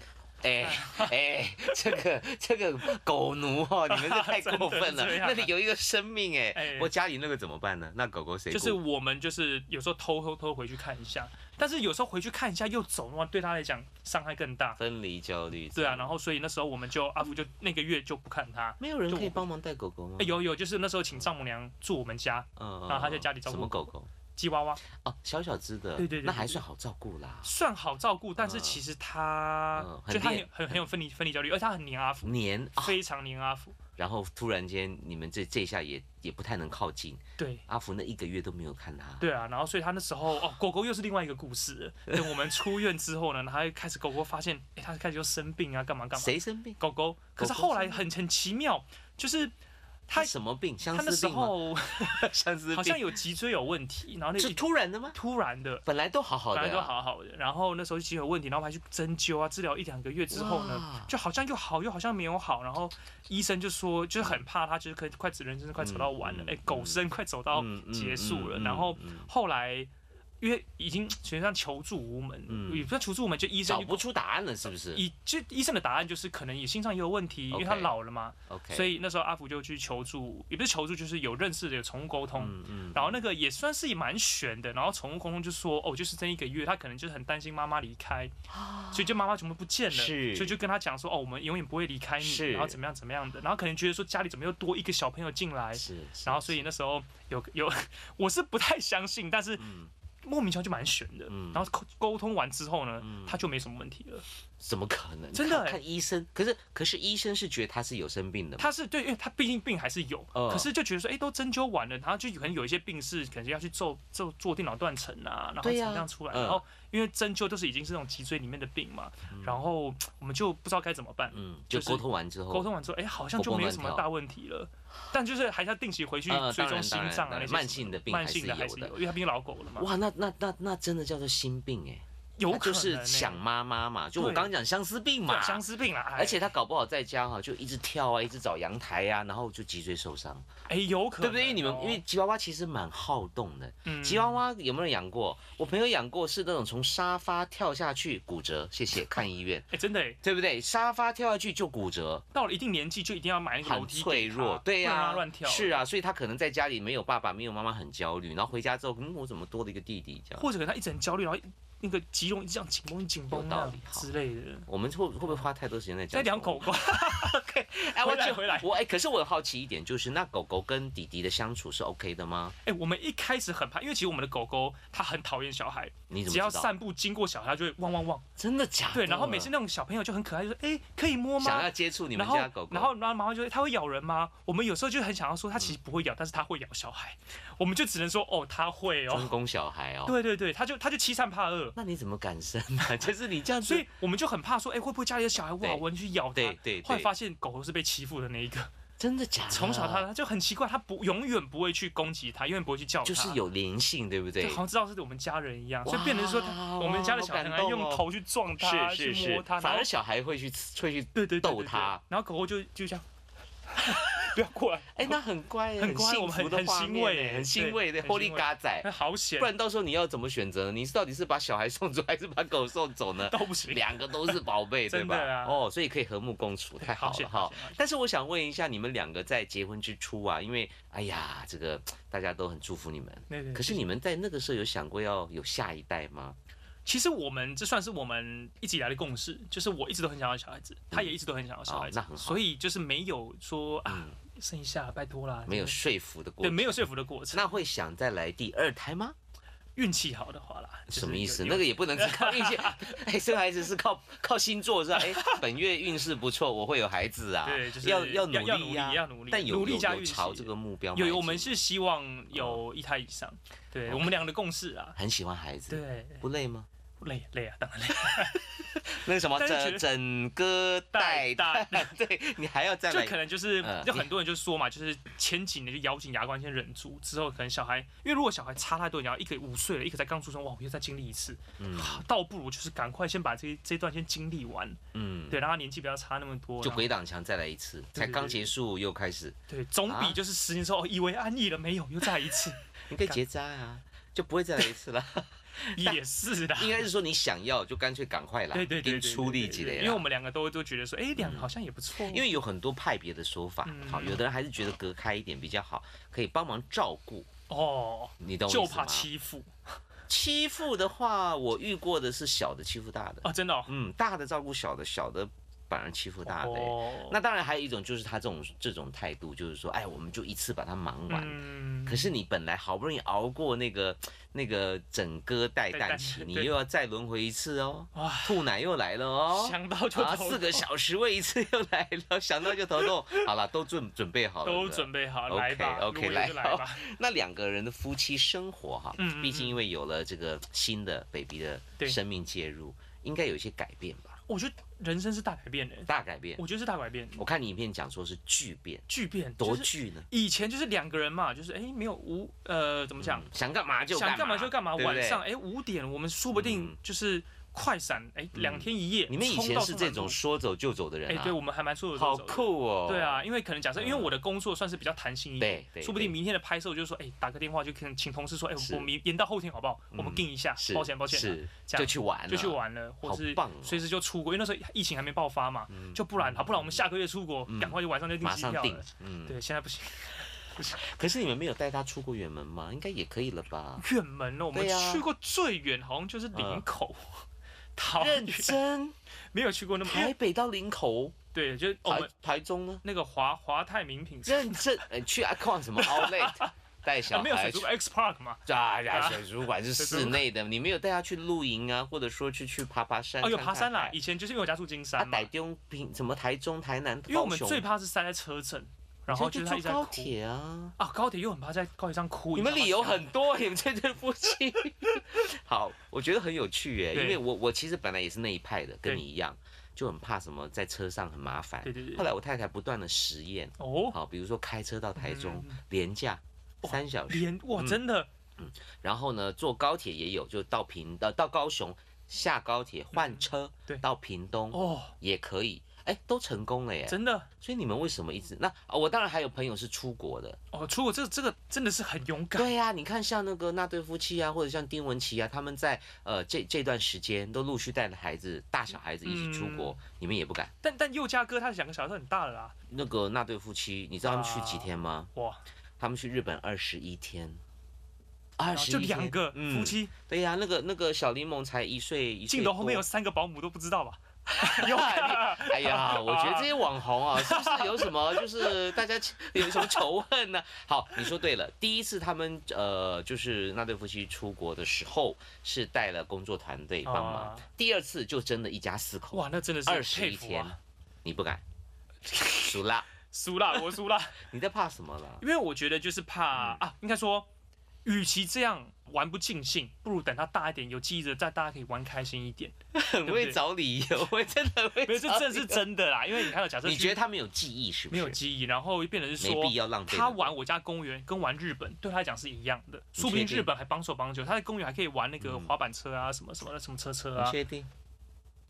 A: 哎哎，这个这个狗奴哦，你们这太过分了
B: 真的这。样
A: 那里有一个生命哎
B: 哎，
A: 我家里那个怎么办呢？那狗狗谁顾？
B: 就是我们就是有时候偷偷偷回去看一下，但是有时候回去看一下又走的话，对他来讲伤害更大。
A: 分离焦虑。
B: 对啊，然后所以那时候我们就阿福就那个月就不看他。
A: 没有人
B: 就
A: 可以
B: 我
A: 帮忙带狗狗吗
B: 哎？有有，就是那时候请丈母娘住我们家，
A: 嗯，
B: 然后他在家里照顾
A: 什么狗狗？
B: 吉娃娃
A: 哦，小小只的，
B: 对对对
A: 那
B: 对
A: 还
B: 对
A: 算好照顾啦。
B: 算好照顾，但是
A: 嗯
B: 其实他
A: 嗯很
B: 就他
A: 黏
B: 很很 很有分离分离焦虑，而且他很黏阿福，
A: 黏啊，
B: 非常黏阿福。
A: 然后突然间你们这这一下也也不太能靠近。
B: 对，
A: 阿福那一个月都没有看他，
B: 对啊，然后所以他那时候哦，狗狗又是另外一个故事 了。等我们出院之后呢，他开始狗狗发现，哎、它开始就生病啊，干嘛干嘛。
A: 谁生病？
B: 狗狗，可是
A: 狗狗
B: 后来
A: 生病
B: 很很奇妙，就是它
A: 什么病？相
B: 它那
A: 思
B: 时
A: 病吗？
B: 候
A: 相思
B: 好像
A: 病
B: 有脊椎有问题，然后那
A: 是
B: 一
A: 突然的吗？
B: 突然的，
A: 本来都好好的
B: 本
A: 啊，
B: 来都好好的，然后那时候脊椎有问题，然后还去针灸啊，治疗一两个月之后
A: 哇
B: 呢，就好像又好，又好像没有好，然后医生就说，就是很怕它，就是可快人生快走到完了，
A: 嗯
B: 哎、
A: 嗯
B: 狗生快走到
A: 嗯嗯
B: 结束了，
A: 嗯
B: 然后
A: 嗯嗯
B: 后来。因为已经全上求助无门，
A: 嗯
B: 也不算求助无门，就医生
A: 找
B: 就
A: 不出答案了，是不是
B: 以就医生的答案就是可能也心脏也有问题，因为他
A: OK
B: 老了嘛，
A: ？OK，
B: 所以那时候阿福就去求助，也不是求助，就是有认识的有宠物沟通。
A: 嗯嗯
B: 然后那个也算是蛮悬的，然后宠物沟通就说，哦，就是这一个月，他可能就是很担心妈妈离开，所以就妈妈全部不见了，
A: 是
B: 所以就跟他讲说，哦，我们永远不会离开你
A: 是，
B: 然后怎么样怎么样的，然后可能觉得说家里怎么又多一个小朋友进来，
A: 是，是
B: 然后所以那时候有有，我是不太相信，但是
A: 嗯
B: 莫名其妙就蛮悬的。
A: 嗯
B: 然后沟沟通完之后呢
A: 嗯，
B: 他就没什么问题了。
A: 怎么可能？
B: 真的
A: 看
B: 欸
A: 看医生，可是可是医生是觉得他是有生病的嘛，
B: 他是对，因为他毕竟病还是有，
A: 嗯
B: 可是就觉得说，哎、都针灸完了，然后就可能有一些病是可能要去做做做电脑断层啊，然后
A: 对
B: 怎
A: 呀
B: 么样出来，
A: 嗯
B: 然后因为针灸都是已经是那种脊椎里面的病嘛，然后我们就不知道该怎么办。
A: 嗯，就
B: 就是
A: 沟通完之后，
B: 沟通完之后，哎、好像就没有什么大问题了，但就是还是要定期回去
A: 呃
B: 追
A: 哦当然
B: 踪心
A: 当然
B: 脏啊
A: 当然
B: 那些
A: 慢
B: 什么
A: 性的病
B: 慢
A: 还
B: 性
A: 是
B: 的还
A: 有
B: 是
A: 的
B: 有，因为他毕竟老狗了嘛，
A: 哇，那那那那真的叫做心病哎，
B: 有
A: 他
B: 可能、欸
A: 就是想妈妈嘛，就我
B: 对
A: 刚刚讲相思病嘛
B: 嘛，，相思病啦，哎
A: 而且他搞不好在家哈、就一直跳啊，一直找阳台啊，然后就脊椎受伤，
B: 哎、有可
A: 对
B: 能、
A: 不对？因为你们因为吉娃娃其实蛮好动的，
B: 嗯
A: 吉娃娃有没有人养过？我朋友养过，是那种从沙发跳下去骨折，谢谢，看医 院，
B: 哎、真的、哎
A: 对不对？沙发跳下去就骨折，
B: 到了一定年纪就一定要买那个楼
A: 很
B: 梯
A: 脆
B: 给他
A: 弱，对呀、
B: 不能让他乱跳，
A: 是啊，所以他可能在家里没有爸爸，没有妈妈，很焦虑，然后回家之后，嗯，我怎么多了一个弟弟这样？
B: 或者可能他一直很焦虑，然后那个肌肉一直这样紧绷紧绷
A: 有道
B: 啊
A: 理好
B: 之类的。
A: 我们会会不会花太多时间在讲宠
B: 在养
A: 物？
B: 狗狗，
A: 哎，我
B: 回来
A: 就
B: 回来
A: 我哎，可是我好奇一点，就是那狗狗跟弟弟的相处是 OK 的吗？
B: 哎、我们一开始很怕，因为其实我们的狗狗它很讨厌小孩，
A: 你怎
B: 只
A: 么
B: 要
A: 知道？
B: 散步经过小孩，它就会汪汪汪。
A: 真的假的？
B: 对，然后每次那种小朋友就很可爱，就说：“哎、可以摸
A: 想
B: 吗
A: 要接触？”你们
B: 然后
A: 家狗，嗯狗，
B: 然后，然后妈妈就会：“它会咬人吗？”我们有时候就很想要说，它其实不会咬，但是它会咬小孩， 我们就只能说：“哦，它会
A: 专
B: 哦。
A: 攻小孩”哦。
B: 对对对，它就它就欺善怕恶，
A: 那你怎么敢生 啊？就是你这样
B: 所
A: 子，
B: 以我们就很怕说：“哎、会不会家里的小孩
A: 对
B: 哇，我去咬它
A: 对对？”
B: 后来
A: 对，
B: 发现狗狗是被欺负的那一个。
A: 真的假的？
B: 从小他他就很奇怪，他不永远不会去攻击他，永远不会去叫他，
A: 就是有灵性，对不对
B: 就好？像知道是我们家人一样，
A: 哇
B: 所以变成说
A: 哇
B: 他我们家的小孩
A: 好
B: 很
A: 感
B: 爱
A: 动哦
B: 用头去撞他，
A: 是是
B: 去摸
A: 是，
B: 他，
A: 反
B: 然
A: 而
B: 后
A: 小孩会去会去，
B: 对对对对
A: 逗
B: 对
A: 他
B: 然后狗狗就就这样， 不要过来，
A: 哎，那很乖耶，
B: 很乖
A: 幸
B: 我们
A: 福
B: 很
A: 的
B: 很
A: 画
B: 欣
A: 面
B: 慰
A: 耶
B: 耶
A: 很欣
B: 对
A: 慰的
B: 很
A: ，Holy
B: 欣慰
A: 嘎仔。
B: 那好险
A: 不，然到时候你要怎么选择呢？你是到底是把小孩送走，还是把狗送走呢？
B: 都不 行，
A: 两个都是宝贝，对
B: 真的
A: 吧？
B: 啊
A: 哦，所以可以和睦共处，太好
B: 好
A: 了
B: 险
A: 哈
B: 好险好险。
A: 但是我想问一下，你们两个在结婚之初啊，因为哎呀，这个大家都很祝福你们。
B: 对对对
A: 可是你们在那个时候有想过要有下一代吗？
B: 其实我们这算是我们一直以来的共识，就是我一直都很想要小孩子，他也一直都很想要小
A: 嗯哦
B: 孩
A: 那
B: 子
A: 很，好
B: 所以就是没有说啊
A: 嗯，
B: 生一下拜托啦，
A: 没有
B: 就是
A: 说服的过
B: 啊对
A: 程。
B: 没有说服的过程，
A: 那会想再来第二胎吗？
B: 运气好的话啦，就是
A: 什么意
B: 有
A: 思？
B: 有
A: 那个也不能只靠运 气。哎，生孩子是靠靠星座是吧？哎，本月运势不错，我会有孩子啊。
B: 对，就是
A: 要
B: 要
A: 努
B: 要
A: 力呀、
B: 要努力，
A: 但有
B: 努力
A: 有
B: 加
A: 有
B: 运气。
A: 朝这个目标迈进吗，
B: 有，我们是希望
A: 嗯
B: 有一胎以上，对我们俩的共识啊，
A: 很喜欢孩子，
B: 对，
A: 不累吗？
B: 累累啊，当然累，
A: 那个什么
B: 但是
A: 整
B: 觉得
A: 整个带带
B: 带，
A: 对你还要再
B: 就
A: 来
B: 可能就是
A: 嗯
B: 就很多人就说嘛，就是前几年就咬紧牙关先忍住，之后可能小孩，因为如果小孩差太多，你要一个五岁了，一个才刚出生，哇，我又再经历一次，
A: 嗯
B: 倒不如就是赶快先把这这段先经历完，
A: 嗯，
B: 对，让他年纪不要差那么多，
A: 就
B: 然后
A: 鬼挡墙再来一次，
B: 对
A: 才
B: 对
A: 刚
B: 对
A: 结束又开始，
B: 对，总
A: 啊
B: 比就是 十年之后哦以为安逸了没有，又再一次，
A: 你可以结扎啊，就不会再来一次了。
B: 也是的。
A: 应该是说你想要就干脆赶快来，
B: 对对对对，
A: 跟出力
B: 对
A: 积
B: 对
A: 累
B: 因为我们两个都都觉得说，哎，两个好像也不错哦。
A: 嗯因为有很多派别的说法，
B: 嗯
A: 好，有的人还是觉得隔开一点比较好，可以帮忙照顾，
B: 哦，
A: 你懂我
B: 就
A: 意思吗
B: 怕？欺负
A: 欺负的话，我遇过的是小的欺负大的，
B: 啊，真的哦。
A: 嗯，大的照顾小的，小的反而欺负大的欸、
B: 哦
A: 那当然还有一种就是他这种这种态度，就是说，哎，我们就一次把它忙完。
B: 嗯
A: 可是你本来好不容易熬过那个那个整个带
B: 带蛋
A: 蛋期，
B: 对
A: 你又要再轮回一次哦，
B: 哇，
A: 吐奶又来了哦。
B: 想到就
A: 啊，
B: 头
A: 四个
B: 痛
A: 小时喂一次又来了， 想到就头痛。好了，都准准备好了，
B: 都
A: 对不对
B: 准备好
A: OK，
B: 来吧
A: OK，
B: 如果
A: 来
B: 就来吧。
A: 那两个人的夫妻生活哈
B: 嗯嗯，
A: 毕竟因为有了这个新的 baby
B: 对
A: 的生命介入，应该有一些改变吧？
B: 我觉得人生是大改变的，
A: 大改变。
B: 我觉得是大改变，
A: 我看你影片讲说是巨变，
B: 巨变。
A: 多
B: 就是
A: 巨呢？
B: 以前就是两个人嘛，就是哎没有无呃怎么讲
A: 嗯，想干嘛就
B: 想干嘛就干嘛，
A: 对不对
B: 晚上哎五点我们说不定
A: 嗯
B: 就是快闪哎两天一夜。
A: 你们以前是这种
B: 冲
A: 说走就走的
B: 到
A: 人啊？
B: 冲到，哎对我们还蛮说有这
A: 好
B: 种。
A: 酷哦！
B: 对，啊，因为可能假设，因为
A: 嗯
B: 我的工作算是比较弹性一点，
A: 对对，
B: 说不定
A: 对
B: 明天的拍摄，我就说，哎，打个电话就可能请同事说，哎，
A: 是
B: 我们延到后天好不好？我们
A: 嗯
B: 定一下，
A: 是
B: 抱歉抱歉，啊
A: 是
B: 这
A: 就
B: 样
A: 去玩了，
B: 就去玩了，或
A: 好
B: 是
A: 棒哦
B: 随时就出国，因为那时候疫情还没爆发嘛，
A: 嗯，
B: 就不然，好不然我们下个月出国，
A: 嗯
B: 赶快就晚上就订
A: 马
B: 机
A: 上
B: 票
A: 定
B: 了。。
A: 嗯，
B: 对，现在不行，
A: 可是你们没有带他出过远门吗？应该也可以了 吧？
B: 远门了，我们
A: 对呀
B: 去过最远好像就是林
A: 嗯
B: 口，桃
A: 认
B: 园
A: 真，
B: 没有去过哦那么
A: 台
B: 远，
A: 北到林口，
B: 对，就是哦我
A: 台
B: 们
A: 台中呢？
B: 那个华华泰名品城
A: 认真， 呃去 i c o n 什么 Outlet，带
B: 啊，
A: 小
B: 没有
A: 孩
B: 水
A: 去
B: 族。X Park 嘛？
A: 啊
B: 啊
A: 呀，水族馆是
B: 水族
A: 室内的，你没有带他去露营啊，或者说去去爬爬山。
B: 哦，有
A: 看
B: 爬
A: 看
B: 山啦
A: 海，
B: 以前就是因为我家住金
A: 啊，
B: 山嘛
A: 台，中平什么台中、台南、
B: 因为我
A: 高
B: 们
A: 雄
B: 最怕是塞在车震，然
A: 你
B: 后
A: 现
B: 就
A: 在
B: 是他
A: 就
B: 一直
A: 坐
B: 在
A: 高
B: 哭
A: 铁啊。
B: 啊，高铁又很怕在高铁上哭。
A: 你们
B: 知道吗
A: 理由很多，你们这对夫妻。 好，我觉得很有趣耶，
B: 对
A: 因为我我其实本来也是那一派的，跟
B: 对
A: 你一样，就很怕什么在车上很麻烦
B: 对。对对
A: 后来我太太不断的实验，
B: 哦，
A: 好，比如说开车到台中
B: 嗯
A: 廉价
B: 哇
A: 三小时，
B: 连哇真的
A: 然后呢坐高铁也有，就到屏呃到高雄下高铁换车
B: 嗯对，
A: 到屏东
B: 哦，
A: 也可以，哎，都成功了耶。
B: 真的
A: 所以你们为什么一直那啊？我当然还有朋友是出国的，
B: 哦，出国这这个真的是很勇敢。
A: 对呀、你看像那个那对夫妻啊，或者像丁文琪啊，他们在呃这这段时间都陆续带着孩子、大小孩子一起出国，
B: 嗯
A: 你们也不敢。
B: 但但佑嘉哥他两个小孩都很大了啦，
A: 那个那对夫妻，你知道他们去几天吗？
B: 哇，
A: 他们去日本二十一天，二
B: 然后
A: 十
B: 啊就两个夫。
A: 嗯
B: 妻，
A: 对呀、那个那个小柠檬才一岁一岁
B: 镜
A: 多。
B: 头后面有三个保姆都不知道吧？
A: 有 哎呀，我觉得这些网红啊，是不是有什么就是大家有什么仇恨呢、好，你说对了，第一次他们呃，就是那对夫妻出国的时候是带了工作团队帮忙，
B: 啊
A: 第二次就真的一家四口，
B: 哇，那真的是
A: 二十
B: 佩
A: 一
B: 服
A: 天
B: 啊！，
A: 你不 敢，输了，
B: 输啦，我输啦，
A: 你在怕什么了？
B: 因为我觉得就是
A: 嗯
B: 怕啊，应该说，与其这样玩不尽兴，不如等他大一点，有记忆的，再大家可以玩开心一点。
A: 很会找理由，我真的会。
B: 没有，这这是真的啦，因为你看到假设
A: 你觉得
B: 去
A: 他没有记忆是不
B: 没
A: 是？
B: 有记忆，然后变成是
A: 没
B: 说
A: 必要浪费。
B: 他玩我家公园跟玩日本对他来讲是一样的，说不定
A: 确定
B: 日本还帮手帮脚，他在公园还可以玩那个
A: 嗯
B: 滑板车啊，什么什么的，什么车车
A: 你
B: 啊，
A: 确定？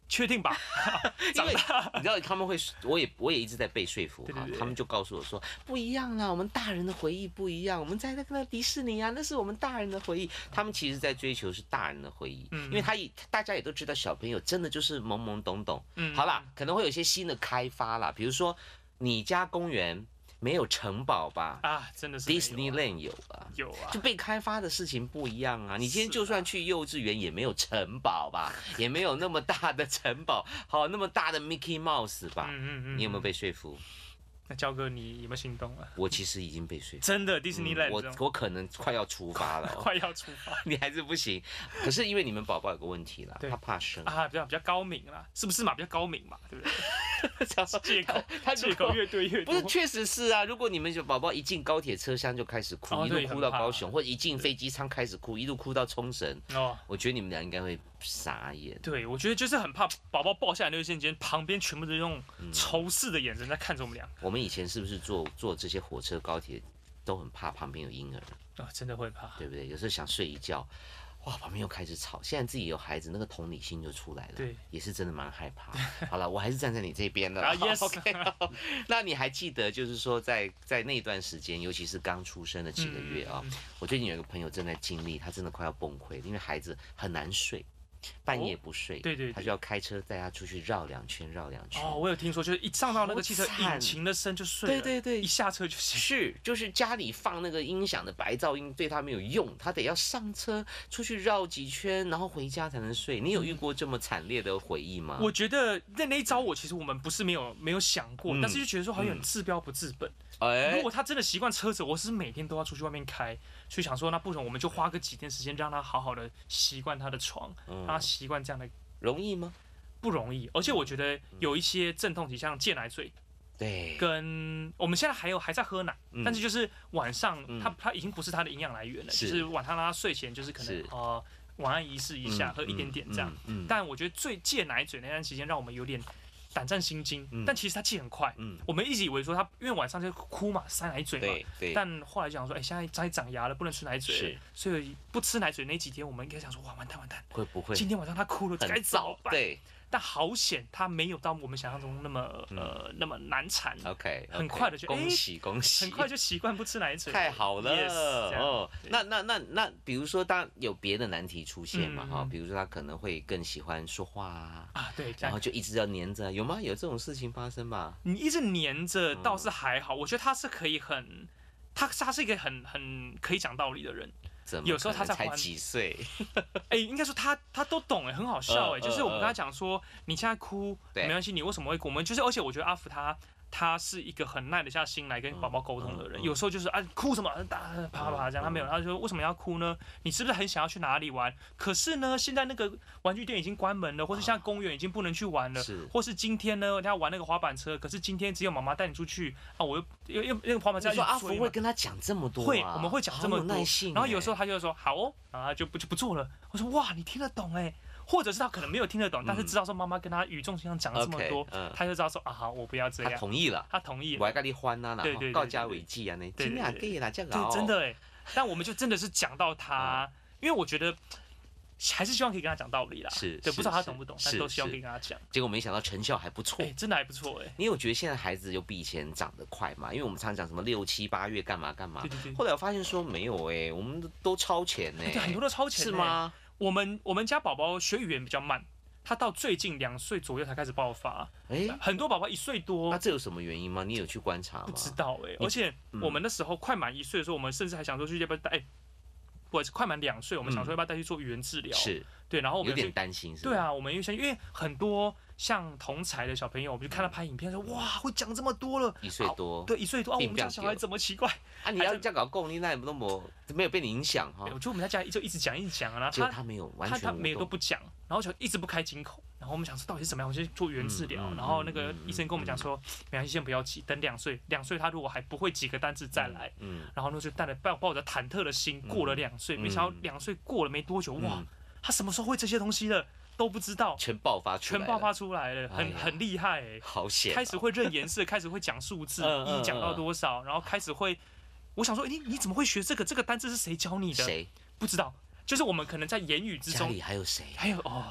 B: 确定吧？
A: 因
B: 长
A: 为 你知道他们会，我也我也一直在被说服
B: 对对
A: 哈
B: 对，
A: 他们就告诉我说不一样啊啦，我们大人的回忆不一样，我们在那个迪士尼啊，那是我们大人的回忆。他们其实在追求是大人的回忆，
B: 嗯
A: 因为他也大家也都知道，小朋友真的就是懵懵懂懂。
B: 嗯，
A: 好啦，可能会有一些新的开发啦，比如说你家公园没有城堡吧
B: 啊，真的是没有啊
A: ，Disneyland 有吧？
B: 有啊
A: 就，被开发的事情不一样啊！你今天
B: 是
A: 就算去幼稚园，也没有城堡吧，也没有那么大的城堡，好那么大的 Mickey Mouse 吧？
B: 嗯嗯嗯，
A: 你有没有被说服？
B: 那焦哥你有没有心动啊？
A: 我其实已经被说服。
B: 真的迪士尼
A: 嗯
B: land 这种
A: 我我可能快要出发了哦，
B: 快要出发
A: 你还是不行。可是因为你们宝宝有个问题啦，
B: 对
A: 他怕生，
B: 啊，比较比较高明啦，是不是嘛？比较高明嘛， 对不对？借口
A: 他
B: 借
A: 如
B: 口
A: 果
B: 越对越
A: 不
B: 多
A: 是，。确实是啊。如果你们小宝宝一进高铁车厢就开始哭，
B: 哦
A: 一路
B: 对
A: 哭
B: 很
A: 到
B: 怕
A: 高雄，或者一进飞机舱开始哭，一路哭到冲绳，
B: 哦，
A: 我觉得你们俩应该会傻眼。
B: 对，我觉得就是很怕宝宝抱下来那一瞬间，旁边全部都是用
A: 嗯
B: 仇视的眼神在看着我们俩
A: 我们以前是不是坐坐这些火车、高铁都很怕旁边有婴儿，
B: 啊，真的会怕。
A: 对不对？有时候想睡一觉，哇，旁边又开始吵。现在自己有孩子，那个同理心就出来了，
B: 对，
A: 也是真的蛮害怕。 好了，我还是站在你这边的。
B: 啊，yes
A: OK 好那你还记得，就是说在在那段时间，尤其是刚出生的几个月啊、
B: 嗯嗯嗯
A: 我最近有一个朋友正在经历，他真的快要崩溃了，因为孩子很难睡，半夜不睡，
B: 哦对对对
A: 他就要开车带他出去绕两圈，绕两圈。
B: 哦，我有听说，就是一上到那
A: 好
B: 个汽车
A: 惨
B: 引擎的声就睡了，
A: 对对对
B: 一下车就 醒。
A: 是，就是家里放那个音响的白噪音对他没有用，他得要上车出去绕几圈，然后回家才能睡。你有遇过这么惨烈的回忆吗？
B: 嗯我觉得那那一招我其实我们不是没有没有想过，
A: 嗯
B: 但是就觉得说好像有点治标不治本。
A: 哎
B: 如果他真的习惯车子，我是每天都要出去外面开，所以想说那不然我们就花个几天时间让他好好的习惯他的床，让他
A: 嗯，
B: 习惯这样的
A: 容易吗？
B: 不容易。而且我
A: 嗯
B: 觉得有一些阵痛期，像戒奶嘴，
A: 对，
B: 跟我们现在还有还在喝奶，
A: 嗯
B: 但是就是晚上
A: 嗯
B: 他他已经不是他的营养来源了，
A: 是
B: 就是晚上让他睡前就是可能
A: 是
B: 呃晚安仪式一下，喝一点点这样。
A: 嗯。嗯，
B: 但我觉得最戒奶嘴那段时间让我们有点胆战心惊，
A: 嗯
B: 但其实他戒很快，
A: 嗯，
B: 我们一直以为说他因为晚上就哭嘛，塞奶嘴嘛。
A: 对对，
B: 但后来讲说，哎、现在长长牙了，不能吃奶嘴
A: 是
B: 了，所以不吃奶嘴那几天，我们应该想说，哇，完蛋完蛋，
A: 会不会
B: 今天晚上他哭了，
A: 很
B: 该怎么
A: 糟
B: 办？
A: 对
B: 但好险，他没有到我们想象中那么
A: 嗯
B: 呃、那么难缠。
A: ，OK，
B: 很快地就
A: 恭
B: 哎
A: 喜恭喜，
B: 很快就习惯不吃奶嘴，
A: 太好了
B: Yes，这样
A: 哦。
B: 对
A: 那那那那，比如说，当然有别的难题出现嘛
B: 嗯
A: 哈，
B: 嗯
A: 比如说他可能会更喜欢说话啊，
B: 啊！对，这
A: 然后
B: 样
A: 就一直要黏着，有吗？有这种事情发生吧？
B: 你一直黏着倒
A: 嗯
B: 是还好，我觉得他是可以很，他他是一个很很可以讲道理的人，
A: 怎么
B: 有时候
A: 可
B: 他
A: 能
B: 在
A: 才
B: 还
A: 几岁，
B: 哎，应该说他他都懂哎，很好笑哎，
A: 嗯
B: 就是我
A: 嗯
B: 们
A: 嗯
B: 跟他讲说你现在哭
A: 对
B: 没关系，你为什么会哭？我们就是，而且我觉得阿福他。他是一个很耐得下心来跟宝宝沟通的
A: 嗯
B: 人，
A: 嗯嗯嗯
B: 有时候就是啊哭什么啊打啪啪啪这样，他没有，他就说为什么要哭呢？你是不是很想要去哪里玩？可是呢，现在那个玩具店已经关门了，或是现在公园已经不能去玩了，
A: 啊是
B: 或是今天呢，他玩那个滑板车，可是今天只有妈妈带你出去啊，我又又又那个滑板车
A: 你说
B: 要
A: 阿
B: 去
A: 福
B: 追
A: 会
B: 嘛
A: 跟他讲这么多、啊，
B: 会，我们会讲这么
A: 好有
B: 多
A: 耐性欸、，
B: 然后有时候他就说好哦，然后他就不就不做了。我说哇，你听得懂哎，或者是他可能没有听得懂，但是知道说妈妈跟他语重心长讲了这么
A: 嗯 OK，
B: 多
A: 嗯，
B: 他就知道说啊好，我不要这
A: 他
B: 样，
A: 同意了，
B: 他同意
A: 我
B: 了，
A: 还跟你欢啊，
B: 对
A: 然
B: 对
A: 后
B: 对
A: 告假违纪啊，那
B: 对
A: 真的
B: 对
A: 可以啦，这样
B: 对
A: 啊，，
B: 真的哎。但我们就真的是讲到
A: 嗯
B: 他，因为我觉得还是希望可以跟他讲道理啦，
A: 是
B: 对，
A: 是
B: 不知道他
A: 是
B: 懂不懂，
A: 是
B: 但都希
A: 是
B: 望
A: 哦
B: 可以跟他讲，
A: 结果没想到成效还不错。
B: 哎，真的还不错哎，
A: 你有觉得现在孩子有比以前长得快吗？因为我们常讲什么六七八月干嘛干嘛
B: 对，对对。
A: 后来我发现说没有哎、我们都超前呢、
B: 对，很多都超前、哎欸
A: 是？吗？
B: 我们我们家宝宝学语言比较慢，他到最近两岁左右才开始爆发，
A: 哎、
B: 很多宝宝一岁多
A: 那这有什么原因吗？你有去观察吗？
B: 不知道哎、而且
A: 嗯
B: 我们那时候快满一岁的时候，我们甚至还想说去要不要带，哎不好意思，快满两岁，我们想说要不要带去做语言治疗？，
A: 是
B: 对，然后我
A: 有
B: 们
A: 点
B: 就
A: 担心是吧？
B: 对，啊，我们因为想因为很多像同才的小朋友，我们就看他拍影片说哇，会讲这么多了，
A: 一岁
B: 好
A: 多，
B: 对，一岁多啊，我
A: 并
B: 们
A: 不要
B: 家小孩
A: 丢
B: 怎么奇怪？
A: 啊，你
B: 还
A: 要
B: 在
A: 这样搞共你那都没没有被你影响哈
B: 对哎我。觉得我们家家就一直讲一直讲啊，然
A: 结果
B: 后
A: 他没有哦完
B: 他
A: 全
B: 他
A: 无
B: 每个都
A: 动，
B: 不讲，然后就一直不开金口，然后我们想说到底是怎么样，我们就做语言治疗，
A: 嗯嗯
B: 然后那个
A: 嗯嗯
B: 医生跟我们讲说，没关系，先不要急，等两岁，两岁他如果还不会几个单词再来，
A: 嗯，
B: 然后呢就带着抱抱着忐忑的心过了两岁，
A: 嗯
B: 没想到两岁过了没多久，哇
A: 嗯，
B: 他什么时候会这些东西的都不知道，
A: 全爆发出来
B: 全
A: 了，
B: 爆发出来了，
A: 哎
B: 很
A: 呀
B: 很厉害欸，
A: 好险啊，
B: 开始会认颜色，开始会讲数字，
A: 嗯嗯
B: 一讲到多少，然后开始会。我想说，哎你你怎么会学这个？这个单字是谁教你的？
A: 谁
B: 不知道，就是我们可能在言语之
A: 家
B: 中
A: 里还有谁，
B: 还有哦，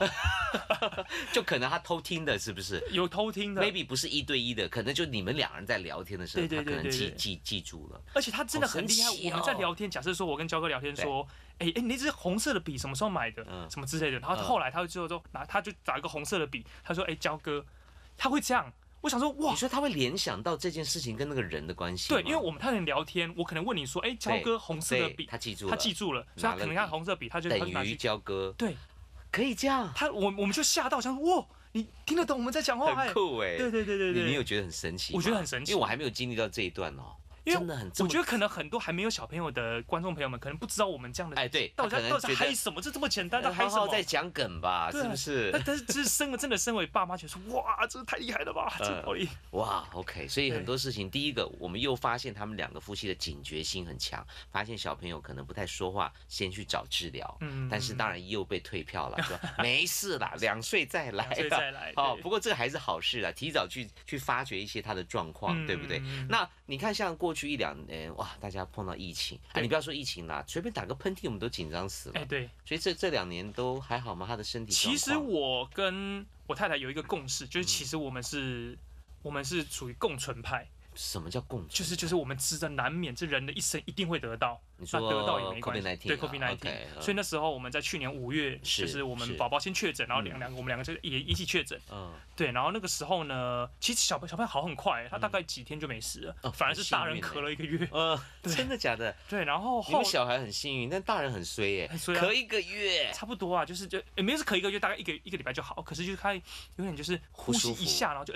A: 就可能他偷听的，是不 是
B: 有 偷听的
A: ？maybe 不是一对一的，可能就你们两人在聊天的时候，
B: 对
A: 他
B: 对
A: 可
B: 对
A: 能
B: 对
A: 记
B: 对
A: 记记住了，
B: 而且他真的很厉害。
A: 好神奇哦
B: 我们在聊天，假设说我跟焦哥聊天说，哎哎、你那支红色的笔什么时候买的？
A: 嗯
B: 什么之类的。然后
A: 嗯
B: 后来他就之后说拿，他就找一个红色的笔，他说，哎、焦哥，他会这样。我想说，哇
A: 你，说他会联想到这件事情跟那个人的关系吗，
B: 对，因为我们他能聊天，我可能问你说，哎、焦哥，红色的
A: 对
B: 笔，
A: 他记住了，
B: 他记住了，所
A: 拿
B: 以他
A: 了
B: 可能看红色笔，他就他就
A: 等
B: 拿
A: 于
B: 去。
A: 交割，
B: 对
A: 可以这样，
B: 他，我我们就吓到，想说，哇，你听得懂我们在讲话？哎
A: 很，酷哎，
B: 对对对对
A: 你
B: 对，
A: 你有觉得很神奇吗？
B: 我觉得很神奇
A: 因为我还没有经历到这一段哦，
B: 因为
A: 真的很，这
B: 我
A: 么
B: 觉得可能很多还没有小朋友的观众朋友们，可能不知道我们这样的，
A: 哎对，
B: 到
A: 他
B: 底在
A: 可
B: 到
A: 能觉
B: 底
A: 得
B: 在
A: 呃
B: 嗨什么？这这么简单，在
A: 那
B: 嗨
A: 还
B: 什么
A: 好？在讲梗吧，
B: 对
A: 是不
B: 但
A: 是？
B: 但是这身为真的身为爸妈，觉得说哇，这太厉害了吧，
A: 嗯
B: 这好厉害。
A: 哇，OK，所以
B: 对
A: 很多事情，第一个，我们又发现他们两个夫妻的警觉性很强，发现小朋友可能不太说话，先去找治疗，
B: 嗯
A: 但是当然又被退票了， 说没事啦，两岁再来
B: 两岁
A: 啦。
B: 再来
A: 哦，
B: 对
A: 不过这个还是好事啊，提早去去发掘一些他的状况，对不对？
B: 嗯
A: 那你看，像过过去一两年，哇，大家碰到疫情，啊，你不要说疫情啦，随便打个喷嚏我们都紧张死了。
B: 哎、对，
A: 所以这这两年都还好吗？他的身体
B: 其实
A: 状况嗯
B: 我跟我太太有一个共识，就是其实我们是，我们是属于共存派，
A: 什么叫共
B: 就
A: 存？
B: 是就是我们知道难免这人的一生一定会得到，
A: 你
B: 那
A: 说
B: 得到也没关系
A: COVID-19
B: 对
A: 啊
B: COVID nineteen，、
A: OK，嗯
B: 所以那时候我们在去年五月，
A: 是
B: 就是我们
A: 是
B: 宝宝先确诊，然后
A: 嗯
B: 两两个我们两个就也一起确诊，
A: 嗯，
B: 对，然后那个时候呢，其实小朋小朋友好很快，他大概几天就没事了，
A: 哦
B: 反而是大人
A: 很幸运欸
B: 咳了一个月，
A: 呃，真的假的？
B: 对，然后
A: 你
B: 后
A: 们小孩很幸运，但大人很衰耶、
B: 很衰啊
A: 咳一个月，
B: 差不多啊，就是就也没有是咳一个月，大概一个一个礼拜就好，可是就是他有点就是呼吸
A: 不舒服
B: 一下，然后就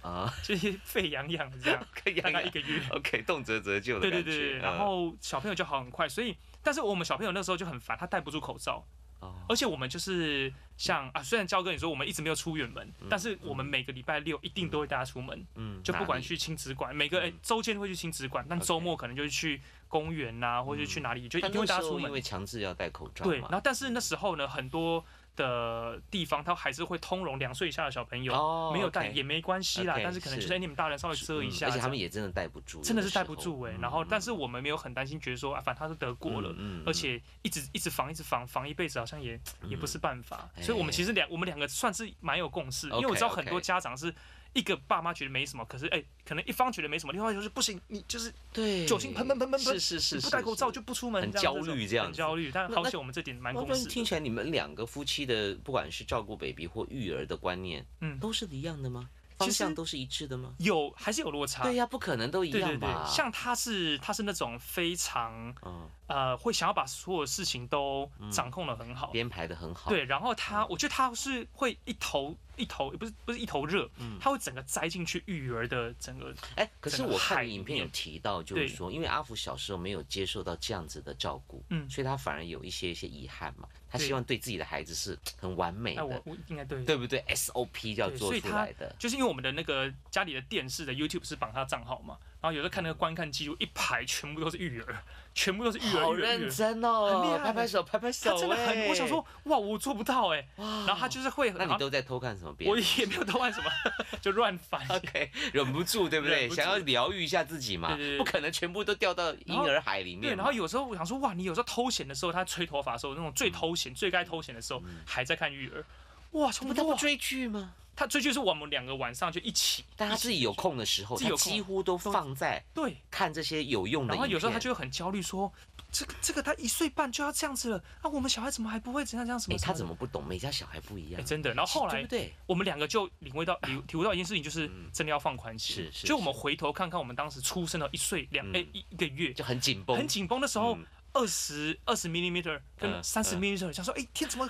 A: 啊，
B: 就是沸扬扬的这样，
A: 可以
B: 大概
A: 啊
B: 一个 月，
A: OK，动辄折旧的
B: 对对
A: 感觉。
B: 对，对
A: 嗯
B: 然后小朋友就好很快，所以但是我们小朋友那时候就很烦，他戴不住口罩。
A: 哦
B: 而且我们就是像啊，虽然焦哥你说我们一直没有出远门，但是我们每个礼拜六一定都会带他出门，
A: 嗯
B: 就不管，
A: 哪
B: 去亲子馆，每个哎
A: 嗯
B: 周间会去亲子馆，但
A: OK
B: 周末可能就是去公园呐、或者是去哪里，就
A: 里
B: 一定会带
A: 但那时
B: 他
A: 候
B: 出
A: 因
B: 门。
A: 为强制要戴口罩嘛。
B: 对，然后
A: 嗯
B: 但是那时候呢，很多的地方他还是会通融两岁以下的小朋友，
A: 哦，
B: 没有带
A: OK
B: 也没关系啦
A: OK，
B: 但是可能就是
A: 是
B: 哎、你们大人稍微遮一
A: 嗯
B: 下
A: 而
B: 这样，
A: 且他们也真的戴不住，
B: 真的是
A: 有时候嗯
B: 戴不住哎、然后但是我们没有很担心，觉得说啊，反正他都得过了，
A: 嗯嗯嗯
B: 而且一直一直防一直防防一辈子，好像也也不是办法。所以我们其实两我们两个算是蛮有共识，因为我知道
A: 哎 OK，OK
B: 很多家长是一个爸妈觉得没什么，可是哎、可能一方觉得没什么，另外一方就是不行，你就是
A: 对
B: 酒精喷喷喷喷喷
A: 是是是
B: 你
A: 是，
B: 不戴口罩
A: 是
B: 就不出门，
A: 很
B: 这样
A: 焦虑
B: 种
A: 这样
B: 很
A: 子
B: 焦虑。但
A: 那
B: 好
A: 那
B: 险我们这点蛮
A: 我
B: 共
A: 们
B: 识
A: 听
B: 的。
A: 起来，你们两个夫妻的，不管是照顾 baby 或育儿的观念，
B: 嗯
A: 都是一样的吗？
B: 其
A: 方向
B: 实
A: 都是一致的吗？
B: 有还是有落差？
A: 对呀，不可能都一
B: 对对
A: 样
B: 对，
A: 吧？
B: 像他是他是那种非常
A: 嗯，
B: 呃会想要把所有事情都掌控的很好，
A: 编排的很好，，嗯
B: 对，然后他，我觉得他是会一头一头，不是不是一头热，
A: 嗯
B: 他会整个栽进去育儿的整个，
A: 哎，可是
B: 整个
A: 我
B: 海
A: 看
B: 里
A: 影片有
B: 面
A: 提到，就是
B: 对
A: 说，因为阿福小时候没有接受到这样子的照顾，
B: 嗯
A: 所以他反而有一些一些遗憾嘛。他希
B: 对
A: 望对自己的孩子是很完美
B: 哎，我
A: 的，
B: 我应该对，
A: 对不对？SOP 要
B: 对
A: 做
B: 所以
A: 出
B: 他
A: 来的。
B: 就是因为我们的那个家里的电视的 YouTube 是绑他账号嘛，然后有时候看那
A: 嗯
B: 个观看记录，一排全部都是育儿，全部都是育儿，
A: 好
B: 育儿育
A: 认
B: 儿。
A: 真欸
B: 很
A: 哦
B: 厉，害
A: 拍拍手，拍拍手、
B: 他真的很，我想
A: 喂
B: 说，，哇，我做不到哎。然后他就是会，
A: 那
B: 然
A: 你
B: 后
A: 都在偷看什么别
B: 我
A: 人？
B: 也没有偷看什么， 就乱翻。
A: OK，忍不住，对不对？
B: 忍不住
A: 想要疗愈一下自己嘛，
B: 对对对
A: 不可能全部都掉到婴儿海里
B: 对，
A: 面嘛。
B: 然后有时候我想说，哇，你有时候偷闲的时候，他吹头发的时候，那种最偷闲、最该偷闲的时候，还在看育儿。哇，
A: 他
B: 从
A: 不嗯他不追剧吗？
B: 他追剧是我们两个晚上就一起，
A: 但他自己有
B: 一起
A: 空的时候，
B: 自己
A: 他
B: 有空
A: 几乎都放在
B: 对，
A: 看这些有用的
B: 然
A: 影
B: 后
A: 片。
B: 有时候他就会很焦虑，说这个这个他一岁半就要这样子了，啊，我们小孩怎么还不会怎样怎样什
A: 哎，
B: 么
A: 他怎
B: 么
A: 么不懂？每家小孩不一
B: 的？
A: 样
B: 哎，，真的。然后后
A: 对
B: 来
A: 不对？
B: 我们两个就领会到领体会到一件事情，就是真的要放宽心。
A: 是是嗯
B: 就我们回头看看我们当时出生的一岁两哎一一个月，
A: 就很紧绷
B: 很，紧绷的时候
A: 嗯，
B: 二十二十 millimeter
A: 嗯
B: 跟三十
A: 嗯
B: millimeter，想说哎天怎么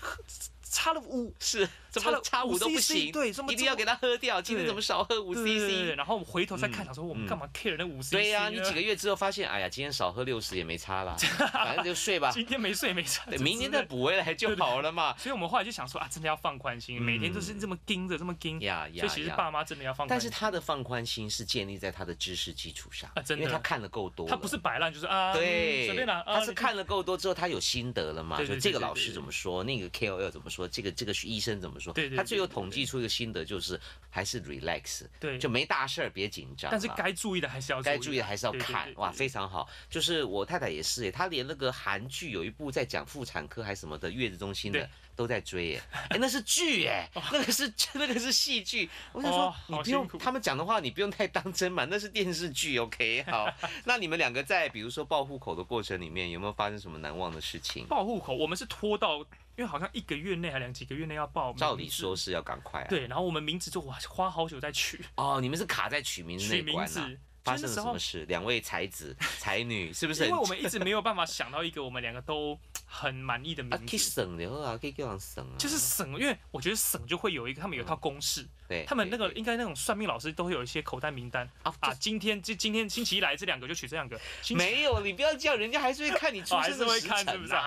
B: 差了五
A: 是怎
B: 差
A: 么
B: 了
A: 差五都不
B: 5cc
A: 行，
B: 对这么
A: 一定要给他喝掉。今天
B: 对
A: 怎么少喝五
B: 对对对
A: CC？
B: 对然后我们回头再
A: 嗯
B: 看，想说我
A: 嗯
B: 们干嘛 care 那五 cc？
A: 对呀、你几个
B: 呢
A: 月之后发现，哎呀，今天少喝六十也没差 啦，反正就睡吧，
B: 今天没睡没差，
A: 啊对
B: 就
A: 明天
B: 之类
A: 再补回来就好了 嘛。
B: 所以我们后来就想说啊，真的要放宽心，每天都是这么盯着，这么盯。
A: 嗯呀呀
B: 所以其实
A: 呀
B: 爸妈真的要放宽
A: 但是
B: 心。
A: 他的放宽心是建立在他的知识基础上
B: 啊真的
A: 因为他看的够多了
B: 他不是摆烂，就是啊，嗯
A: 对，
B: 随便啦，啊
A: 他是看了够多之后，他有心得了嘛？
B: 对
A: 就
B: 对
A: 这个
B: 对对
A: 老师
B: 对
A: 怎么说，那个 KOL 怎么说，这个这个医生怎么说，
B: 对对对
A: 他最后
B: 对对
A: 统计出一个心得，就是还是 relax，
B: 对，
A: 就没大事儿，别紧张啦。啊
B: 但是该注意的还是要
A: 该注意的还是要
B: 对对
A: 看
B: 对对
A: 哇，
B: 对
A: 非常好。就是我太太也是耶，她连那个韩剧有一部在讲妇产科还是什么的月子中心的
B: 对
A: 都在追 耶，哎，那是剧哎，那个是那个是戏剧。我想说
B: 哦，
A: 你
B: 好
A: 不用
B: 辛苦
A: 他们讲的话，你不用太当真嘛，那是电视剧。OK，好。 那你们两个在比如说报户口的过程里面，有没有发生什么难忘的事情？
B: 报户口，我们是拖到，因为好像一个月内还两几个月内要报。
A: 照理说
B: 名
A: 是要赶快啊
B: 字，。对，然后我们名字就哇花好久在取
A: 哦，你们是卡在取名那
B: 取
A: 一
B: 名
A: 关
B: 字
A: 呐、，啊发
B: 就
A: 生了
B: 是那时
A: 什
B: 候
A: 么事？两位才 子才女是不是很？
B: 因为我们一直没有办法想到一个我们两个都很满意的
A: 啊，
B: 名
A: 可以
B: 字，
A: 省的啊，可以叫人省啊。
B: 就是省，因为我觉得省就会有一个他们有一套公式，
A: 嗯对，
B: 他们
A: 对
B: 那个
A: 对
B: 应该那种算命老师都会有一些口袋名单
A: 啊
B: 啊，今天这今天星期一来这两个就取这两个，星期
A: 没有，你不要这样，人家还是会看你出
B: 哦还
A: 生
B: 是
A: 的
B: 会
A: 时
B: 看是不
A: 辰
B: 是
A: 啊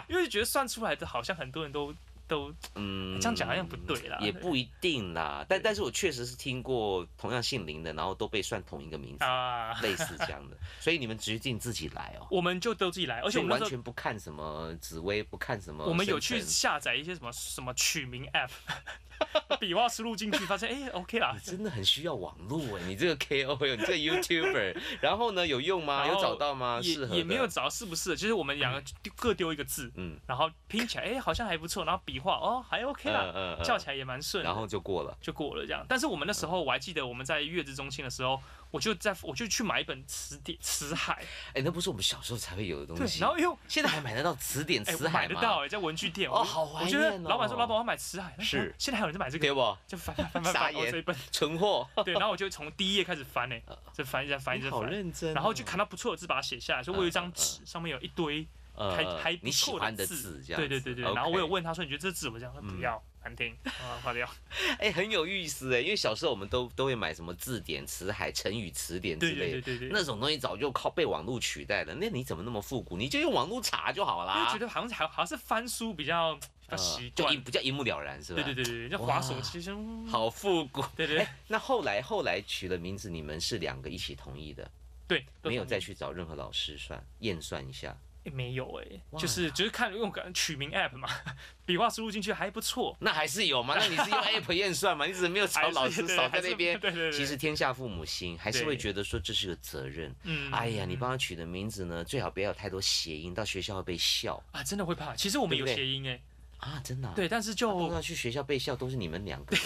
B: 啊。？因为觉得算出来的好像很多人都都
A: 嗯，
B: 这样讲好像不对啦
A: 也不一定啦。但但是我确实是听过同样姓林的，然后都被算同一个名字，
B: 啊，
A: 类似这样的。所以你们决定自己来哦，
B: 我们就都自己来， 而且
A: 所
B: 我
A: 以
B: 们
A: 完
B: 那时候
A: 全不看什么紫薇，不看什么生辰。
B: 我们有去下载一些什么什么取名 app，笔 画输入进去，发现哎、OK 啦
A: 你，啊真的很需要网络哎，你这个 KOL，你这个 YouTuber，然后呢有用吗？有
B: 然后
A: 找到吗？
B: 也
A: 啊适合的
B: 也没有找适不适合，就是我们两个丢各丢一个字，
A: 嗯，
B: 然后拼起来哎、好像还不错，然后笔画哦还 OK 啦，
A: 嗯
B: 叫起来也蛮顺的，
A: 然后嗯就过了。
B: 就过了这样。但是我们那时候我还记得我们在月子中心的时候，我就在我就去买一本词典词海，
A: 哎，那不是我们小时候才会有的东
B: 对，
A: 西。
B: 然后因为
A: 现在还买得到词典
B: 哎、
A: 词
B: 我
A: 海
B: 买
A: 吗？
B: 得到哎、在文具店
A: 哦
B: 我
A: 好怀
B: 我觉得
A: 念哦
B: 老板说老板我要买词海，
A: 是
B: 然后现在还有人在买这
A: 对
B: 个。
A: 不？
B: 就翻翻翻翻
A: 傻
B: 翻，
A: 眼
B: 我这一本，
A: 存货。
B: 对，然后我就从第一页开始翻诶、
A: 呃
B: 就翻一下翻一
A: 你
B: 下
A: 好
B: 翻，
A: 认真哦。
B: 然后就看到不错的字，把它写下来。所以我有一张
A: 嗯
B: 纸，上面有一堆
A: 呃
B: 还还不
A: 你喜
B: 错
A: 欢的
B: 字，
A: 这样
B: 对
A: 子。
B: 对对对。
A: OK
B: 然后我有问他说：“你觉得这字怎么样？”他说：“
A: 嗯
B: 不要，难听，啊，划掉。
A: 哎、很有意思哎，因为小时候我们都都会买什么字典、词海、成语词典”之
B: 对
A: 类的，
B: 对对对对。
A: 那种东西早就靠被网络取代了。那你怎么那么复古？你就用网络查就好
B: 因为
A: 啦
B: 觉。得好像好好像是翻书比较比较
A: 呃
B: 习
A: 就
B: 惯
A: 一，比较一目了然是吧？
B: 对对对对，对就
A: 哇
B: 滑手机就
A: 好复古。
B: 对对
A: 那后来后来取了名字，你们是两个一起同意的，
B: 对，都
A: 没有
B: 同意
A: 再去找任何老师算验算一下。
B: 诶没有哎，
A: 哇
B: 就是就是看用个取名 app 嘛，笔画输入进去还不错，
A: 那还是有 嘛？那你是用 App 验算嘛？你只是没有找老师
B: 还是
A: 少在那边。
B: 对对对，对
A: 其实天下父母心，还是会
B: 对
A: 觉得说这是个责任。
B: 嗯
A: 哎呀，你帮他取的名字呢，最好不要有太多谐音，到学校会被笑
B: 啊真的会怕，其实我们
A: 对
B: 有
A: 不对
B: 谐音哎，
A: 啊！真的、啊，
B: 对，但是就
A: 都要去学校被笑，都是你们两个的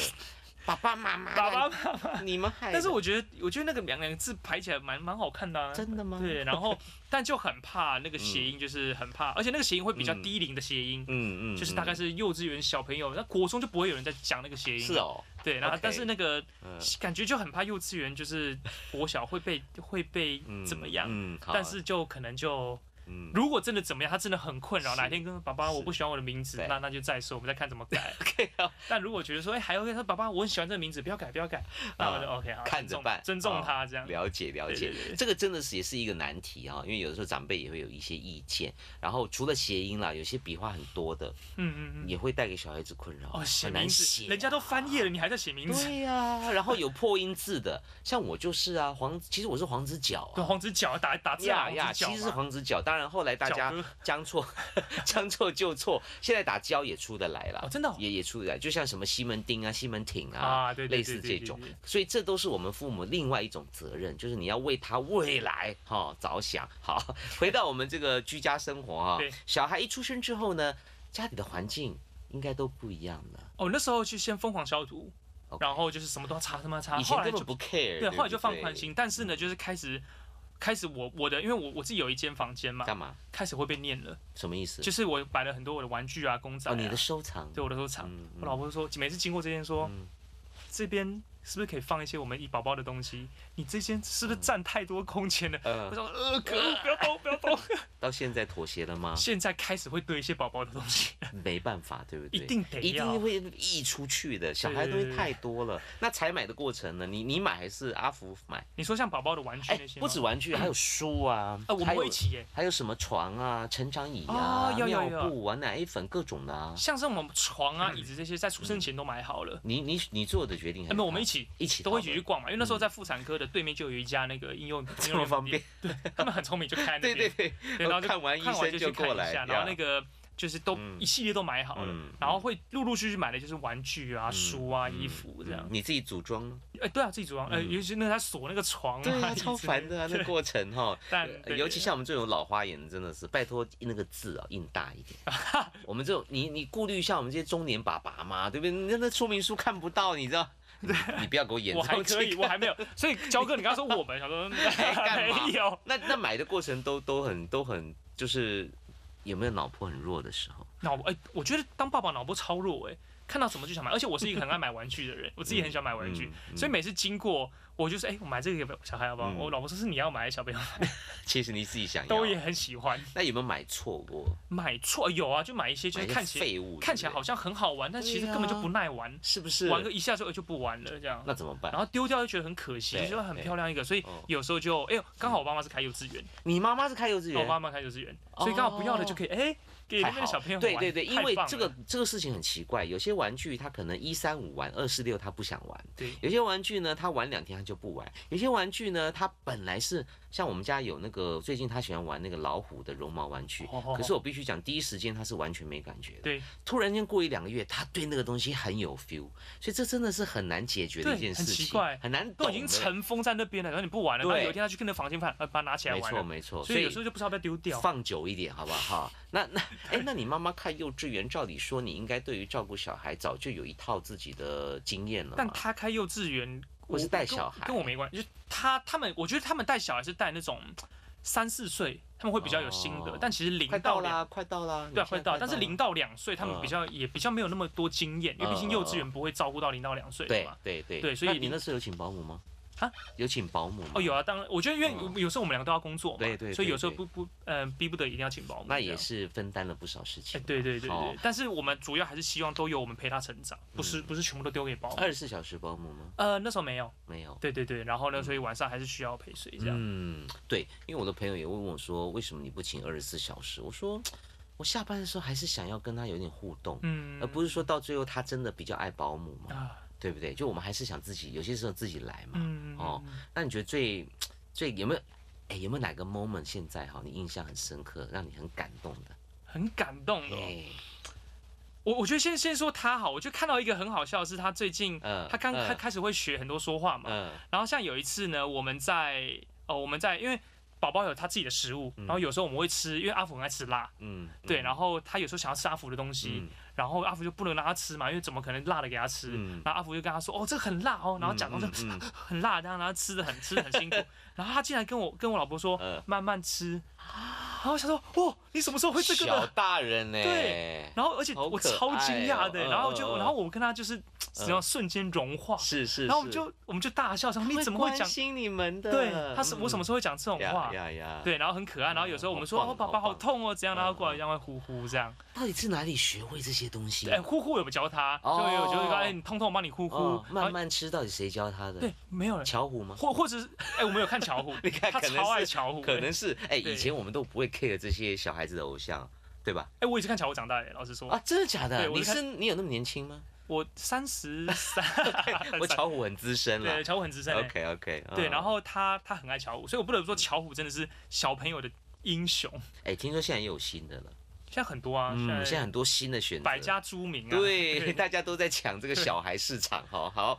A: 爸爸妈妈，
B: 爸爸
A: 你们害的。
B: 但是我觉得，我觉得那个两两个字排起来蛮蛮好看的、啊。
A: 真的吗？
B: 对，然后但就很怕那个谐音，就是很怕，而且那个谐音会比较
A: 嗯
B: 低龄的谐音，
A: 嗯，嗯嗯，
B: 就是大概是幼稚园小朋友，那国中就不会有人在讲那个谐音。啊
A: 是。哦，
B: 对，然后
A: OK
B: 但是那个
A: 嗯
B: 感觉就很怕幼稚园就是国小会被会被
A: 嗯
B: 怎么样，
A: 嗯，好
B: 但是就可能就
A: 嗯，
B: 如果真的怎么样，他真的很困扰，
A: 是
B: 哪天跟爸爸
A: 是
B: 我不喜欢我的名字
A: 对，
B: 那那就再说，我们再看怎么改。
A: OK 啊，
B: 但如果觉得说，哎、还 OK，他说爸爸我很喜欢这个名字，不要改不要改，那我就 OK 好，
A: 啊看着
B: 尊重
A: 办
B: 尊
A: 哦
B: 重他这样。
A: 了解了解
B: 对对，对
A: 这个真的是也是一个难题啊，因为有的时候长辈也会有一些意见，然后除了谐音啦，有些笔画很多的
B: 嗯嗯嗯，
A: 也会带给小孩子困扰，
B: 哦，写
A: 很
B: 名
A: 难
B: 字，
A: 写，啊
B: 人家都翻页了，你还在写名字？
A: 对呀、啊然后有破音字的，像我就是啊，黄，其实我是黄子佼
B: 对，
A: 啊。
B: 黄子佼打打字啊
A: 呀呀，
B: 黄子
A: 其
B: 佼
A: 实是
B: 嘛，
A: 黄子佼，当然后来大家
B: 佼哥
A: 将错 将错就错，现在打胶也出得来
B: 哦，
A: 了，
B: 真的哦
A: 也也出得来，就像什么西门町啊、西门町啊，
B: 啊，对对
A: 类
B: 对
A: 似
B: 对
A: 这
B: 对
A: 种
B: 对，
A: 所以这都是我们父母另外一种责任，就是你要为他未来哈、着想。好， 回到我们这个居家生活啊、
B: 对
A: 小孩一出生之后呢，家里的环境应该都不一样了。
B: 哦，那时候去先疯狂消毒，
A: OK
B: 然后就是什么都要查什么查，
A: 以
B: 啊后
A: 前
B: 来
A: 根
B: 就
A: 本不 care，
B: 对，后来就
A: 不
B: 放
A: 对嗯
B: 宽。心，但是呢，就是开始。开始我我的，因为我我自己有一间房间嘛，
A: 干嘛？
B: 开始会被念了，
A: 什么意思？
B: 就是我摆了很多我的玩具啊、公仔、啊，
A: 哦，你的收藏。
B: 对我的收藏。
A: 嗯
B: 我老婆说，每次经过这间说，
A: 嗯
B: 这边是不是可以放一些我们以宝宝的东西？你这间是
A: 嗯
B: 不是占太多空间了？我
A: 呃，
B: 说呃，可恶，不要动，不要动。
A: 到现在妥协了 吗？
B: 现在开始会堆一些宝宝的东西，
A: 没办法，对不对？
B: 一定得
A: 一
B: 要
A: 定会溢出去的，小孩东西太多了。那采买的过程呢？你你买还是阿福买？
B: 你说像宝宝的玩具
A: 哎
B: 那，些吗，
A: 不止玩具，还有书啊，
B: 啊，我
A: 还
B: 们
A: 有
B: 会一起耶。
A: 还有什么床啊、成长椅啊、
B: 哦有有
A: 尿
B: 有
A: 布啊、奶粉各种的啊。
B: 像是我们床啊、
A: 嗯
B: 椅子这些，在出生前都买好了。
A: 你你你做的决定还
B: 哎，
A: 是
B: 没有，
A: 他
B: 我们一起
A: 嗯一起
B: 都会一
A: 讨
B: 起去
A: 论嗯
B: 逛嘛，因为那时候在妇产科的对面就有一家那个应用应
A: 这么
B: 用量
A: 方
B: 贩
A: 便
B: 店，，他们很聪明，就开在
A: 对
B: 那
A: 对
B: 边。
A: 对，
B: 对，然后就
A: 看完医
B: 看完
A: 生
B: 就去看
A: 过
B: 一
A: 来，
B: 下，然后那
A: 呀
B: 个就是都
A: 嗯
B: 一系列都买好了
A: 嗯，
B: 然后会陆陆续续买的就是玩具啊、
A: 嗯
B: 书啊、
A: 嗯
B: 衣服这
A: 嗯
B: 样。
A: 你自己组装 吗？
B: 哎，对啊，自己组装，呃，
A: 嗯
B: 尤其是那个他锁那个床
A: 对
B: 啊，
A: 啊，
B: 椅子
A: 超烦的啊，那过程哈。
B: 但
A: 呃尤其像我们这种老花眼，真的是拜托那个字啊印大一点。 我们这种你你顾虑一下我们这些中年爸爸嘛，对不对？那那说明书看不到，你知 道？你你不要给我演
B: 我
A: 这
B: 还
A: 种
B: 可以，我还没有。所以焦哥，你刚刚说我们，想说
A: 哎干嘛
B: 哎没有，
A: 那那买的过程都都很都很就是有没有脑波很弱的时候？
B: 脑哎、我觉得当爸爸脑波超弱哎、看到什么就想买，而且我是一个很爱买玩具的人，我自己很喜欢买玩具，
A: 嗯嗯
B: 所以每次经过我就是哎、我买这个给小孩好不好？
A: 嗯
B: 我老婆说是你要买，小朋友买
A: 其实你自己想要，
B: 都也很喜欢。
A: 那有没有买错过？
B: 买错有啊，就买一些就
A: 买一
B: 是
A: 些
B: 看起来
A: 废物，
B: 看起来
A: 对
B: 好像很好玩，但其实
A: 对啊
B: 根本就不耐玩
A: 不对，是不是？
B: 玩个一下之后就不玩了这样。
A: 那怎么办
B: 然？后丢掉就觉得很可惜，
A: 对
B: 就是很漂亮一个，所以
A: 哦
B: 有时候就哎呦，刚好我爸妈是开幼稚园，
A: 你妈妈是开幼稚
B: 我
A: 园，
B: 妈妈开幼稚园，
A: 哦
B: 所以刚好不要的就可以哎给那
A: 太
B: 边
A: 好
B: 的小朋友玩。
A: 对对对，因为
B: 太棒了
A: 这个这个事情很奇怪，有些玩具他可能一三五玩，二四六他不想玩。
B: 对
A: 有些玩具呢，他玩两天他就不玩；有些玩具呢，他本来是像我们家有那个，最近他喜欢玩那个老虎的绒毛玩具
B: 哦哦哦，
A: 可是我必须讲，第一时间他是完全没感觉的。
B: 对
A: 突然间过一两个月，他对那个东西很有 feel，所以这真的是很难解决的一
B: 对
A: 件事
B: 很
A: 情，
B: 奇怪
A: 很难
B: 都
A: 懂
B: 已经
A: 的
B: 尘封在那边了，然后你不玩了，
A: 对
B: 然后有一天他去跟那房间翻，呃把它拿起来
A: 没
B: 玩
A: 错
B: 了，
A: 没错，
B: 所以有时候就不知道要不要丢掉。
A: 放久一点，好 不好？哈，那那哎，那你妈妈看幼稚园，照理说你应该对于照顾小孩早就有一套自己的经验了
B: 但
A: 嘛？
B: 他开幼稚园，
A: 我是带小孩
B: 跟我没关系。就是他他们，我觉得他们带小孩是带那种三四岁，他们会比较有心得。
A: 哦
B: 但其实零
A: 快
B: 到
A: 到
B: 两，
A: 啦，快到啦，
B: 对啊，
A: 你现
B: 会
A: 在快嗯
B: 到，但是零
A: 啦
B: 到两岁他们比较、也比较没有那么多经验，因为毕竟幼稚园不会照顾到零到两岁
A: 嗯
B: 的
A: 对
B: 嘛。
A: 对对
B: 啊对所以
A: 那你
B: 你
A: 那时候有请保姆吗？
B: 啊，
A: 有请保姆吗？
B: 哦，有啊，当然，我觉得因为
A: 嗯
B: 有时候我们两个都要工作嘛，
A: 对对
B: 所以
A: 对
B: 有时候
A: 对
B: 不不，嗯、逼不得一定要请保姆。
A: 那
B: 这
A: 也
B: 样
A: 是分担了不少事
B: 哎，
A: 情。
B: 对对对对，
A: 哦嗯
B: 但是我们主要还是希望都有我们陪他成长，不是、不是全部都丢给保姆。
A: 二十四小时保姆吗？
B: 呃，那时候没有，
A: 没有。
B: 对对对，然后呢，所以晚上还是需要陪睡这样。
A: 嗯，对，因为我的朋友也问我说，为什么你不请二十四小时？我说，我下班的时候还是想要跟他有点互动，
B: 嗯，
A: 而呃不是说到最后他真的比较爱保姆嘛，
B: 啊，
A: 对不对？就我们还是想自己，有些时候自己来嘛。
B: 嗯
A: 哦，那你觉得最最有没有？哎，有没有哪个 moment 现在哈，你印象很深刻，让你很感动的？
B: 很感动的哦。
A: 哎，
B: 我我觉得先先说他好，我就看到一个很好笑的是，他最近
A: 嗯
B: 他刚
A: 嗯
B: 开开始会学很多说话嘛。
A: 嗯
B: 然后像有一次呢，我们在哦我们在因为宝宝有他自己的食物，然后有时候我们会吃，因为阿福很爱吃辣，
A: 嗯，
B: 对，然
A: 后
B: 后他有时候想要吃阿福的东西，然后阿福就不能让他吃嘛，因为怎么可能辣的给他吃？
A: 嗯
B: 然后阿福就跟他说：“哦，这个很辣哦。”然后假装说、
A: 嗯嗯
B: 很辣，这样然后吃的很吃的很辛苦。然后他竟然跟我跟我老婆说：“
A: 嗯
B: 慢慢吃。”然后我想说：“哇，你什么时候会这个
A: 小
B: 的
A: 大人呢？
B: 对，然后而且
A: 好
B: 我
A: 可
B: 超惊讶的、
A: 爱哦嗯
B: 然后就、
A: 嗯嗯
B: 然后我跟他就是只要瞬间融化，
A: 是是，
B: 然后我们
A: 是
B: 就我们就大笑，说你怎么
A: 会
B: 会讲
A: 关？心你们的？
B: 对，他是、我什
A: 么
B: 么时候会讲这种话？
A: 嗯呀呀，，
B: 对，然后很可爱，然后有时候我们说、
A: 好棒
B: 哦，爸爸
A: 好
B: 好
A: 棒
B: 痛哦，这样，然后
A: 嗯
B: 过来这样会呼呼这样。
A: 到底是哪里学会这些东西
B: 哎、？呼呼有没有教他？就有就会说，
A: 哦
B: 哎，你痛痛，我帮你呼呼。
A: 哦
B: 然后
A: 慢慢吃，到底谁教他的？
B: 对，，没有人，
A: 巧虎 吗？
B: 或或者是，哎、我们有看巧虎，
A: 你看
B: 他
A: 可能
B: 超爱
A: 是
B: 巧虎、
A: 可
B: 哎，
A: 能是哎，
B: 对
A: 以前我们都不会 care 这些小孩子的偶像，对吧？
B: 哎、我也是看巧虎长大的，老实说，
A: 啊，真的假的？
B: 对我
A: 你
B: 是
A: 是你有那么年轻吗？
B: 我三十三，
A: 我巧虎很资深了
B: 呃
A: 啊
B: 对，。巧虎很资深、哎
A: OK 嗯 OK，
B: 对，然后他他很爱巧虎，所以我不得不说，巧虎真的是小朋友的英雄。
A: 哎，听说现在也有新的了，
B: 现在很多啊，
A: 嗯，现在
B: 在
A: 很多新的选择，
B: 百家著名啊，
A: 对， 大家都在抢这个小孩市场哈。好，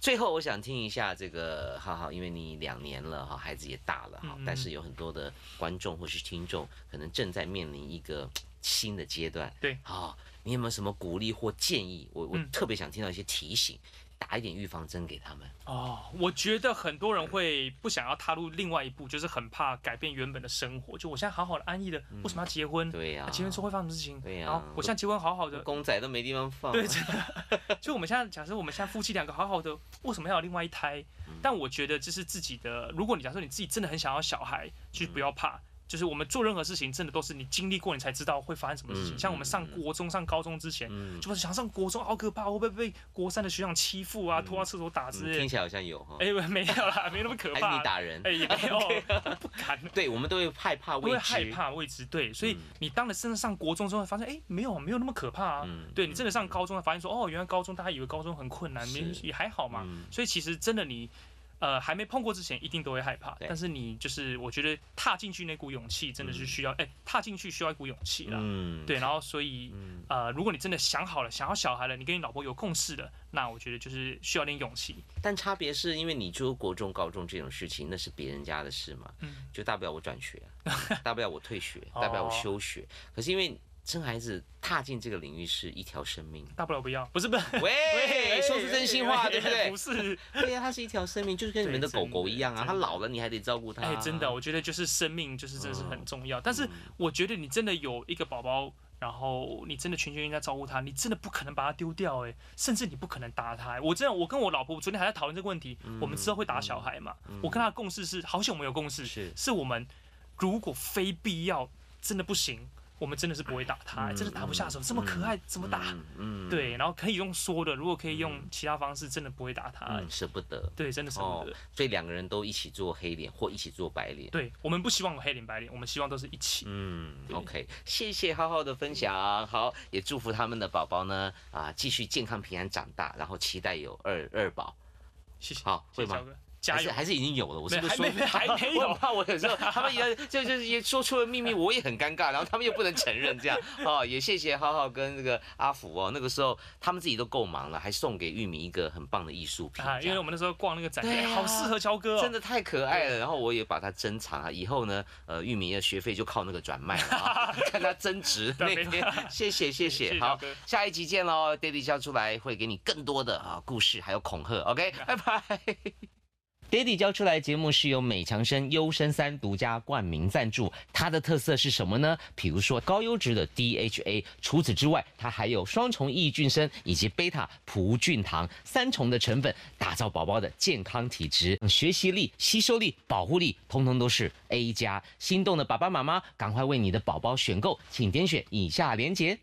A: 最后我想听一下这个，哈哈，因为你两年了哈，孩子也大了哈
B: 嗯，
A: 但是有很多的观众或是听众可能正在面临一个新的阶段，
B: 对，
A: 好，你有没有什么鼓励或建议？我我
B: 嗯
A: 特别想听到一些提醒，打一点预防针给他们。
B: 哦，我觉得很多人会不想要踏入另外一步，就是很怕改变原本的生活。就我现在好好的安逸的，为什么要结婚？
A: 对呀
B: 啊，结婚之后会发生什么事情？
A: 对呀啊
B: 然后我现在结婚好好的，
A: 公仔都没地方放，啊
B: 对，真的就我们现在假设我们现在夫妻两个好好的，为什么要有另外一胎？
A: 嗯
B: 但我觉得这是自己的，如果你假设你自己真的很想要小孩，就是不要
A: 嗯
B: 怕。就是我们做任何事情，真的都是你经历过，你才知道会发生什么事情。
A: 嗯
B: 像我们上国中、上高 中之前，
A: 嗯
B: 就是想上国中，好可怕，会不会被国三的学长欺负啊，拖到厕所打之
A: 嗯
B: 类
A: 听
B: 的？
A: 起来好像有哈，
B: 哎、没有啦，没那么可
A: 还是
B: 怕
A: 你。打人
B: 哎、？也没 有，不敢。
A: 对，我们都会害怕
B: 因
A: 未
B: 为
A: 知，
B: 啊害怕未知，对，所以
A: 嗯
B: 你当了真的上国中之后，发现哎、诶没有啊没有那么可怕啊，
A: 嗯
B: 对你真的上高中，发现说哦，原来高中大家以为高中很困难，
A: 是
B: 没也还好嘛，
A: 嗯
B: 所以其实真的你。呃，还没碰过之前，一定都会害怕。
A: 对
B: 但是你就是，我觉得踏进去那股勇气，真的是需要，哎、踏进去需要一股勇气啦。
A: 嗯，
B: 对，然后所以，呃，如果你真的想好了，想要小孩了，你跟你老婆有共识了，那我觉得就是需要点勇气。
A: 但差别是因为你就国中、高中这种事情，那是别人家的事嘛，
B: 嗯哦
A: 就大不了我转学， 大不了我退学，大不了我休学。可是因为生孩子踏进这个领域是一条生 命，
B: 大不了不要，不是不是，
A: 喂，说出真心话，对不对
B: 不？是，
A: 对呀、它是一条生命，就是跟你们的狗狗一样啊，
B: 对真的
A: 它老了你还得照顾它、
B: 哎
A: 嗯
B: 哎、真的，，我觉得就是生命，就是真的是很重要。但是我觉得你真的有一个宝宝，然后你真的全心全意在照顾他，你真的不可能把他丢掉哎、甚至你不可能打他、哎我真的，我跟我老婆昨天还在讨论这个问题，我们之后会打小孩嘛？我跟她的共识是，好险我们有共识，
A: 嗯是
B: 我们如果非必要真的不行，我们真的是不会打他、哎
A: 嗯
B: 真的打不下手，这么可爱怎么打？
A: 嗯嗯，
B: 对，然后可以用说的，如果可以用其他方式，真的不会打他、哎
A: 嗯，舍不得。
B: 对，真的舍不
A: 哦
B: 得。，
A: 所以两个人都一起做黑脸或一起做白脸。
B: 对我们不希望有黑脸白脸，我们希望都是一起。
A: 嗯
B: 对
A: ，OK，谢谢浩浩的分享，好，也祝福他们的宝宝呢啊，继续健康平安长大，然后期待有二二宝，
B: 谢谢，
A: 好，
B: 谢
A: 会
B: 谢
A: 吗
B: 肖？哥，加
A: 还是
B: 油！
A: 还是已经有了，我是不是说
B: 没还 没还没有
A: 我很怕我有时 候他们也就就是也说出了秘密，我也很尴尬，然后他们又不能承认这样哦。 也谢谢浩浩跟这个阿福哦，那个时候他们自己都够忙了，还送给玉米一个很棒的艺术品，
B: 啊，
A: 这
B: 因为
A: 样
B: 我们那时候逛那个展，
A: 对
B: 哎
A: 啊
B: 好适合肖哥哦，
A: 真的太可爱了。然后我也把它珍藏啊，以后呢，呃，玉米的学费就靠那个转卖了 啊，看它增值那
B: 对没
A: 天。谢谢谢
B: 谢
A: 谢，
B: 谢
A: 好
B: 大哥，
A: 下一集见喽，Daddy 教出来会给你更多的啊故事还有恐吓，OK，拜拜。Daddy 教出来节目是由美强生优生三独家冠名赞助，它的特色是什么呢？比如说高优质的 DHA，除此之外，它还有双重抑菌生以及贝塔葡菌糖三重的成分，打造宝宝的健康体质、嗯学习力、吸收力、保护力，通通都是 A 加。心动的爸爸妈妈，赶快为你的宝宝选购，请点选以下链接。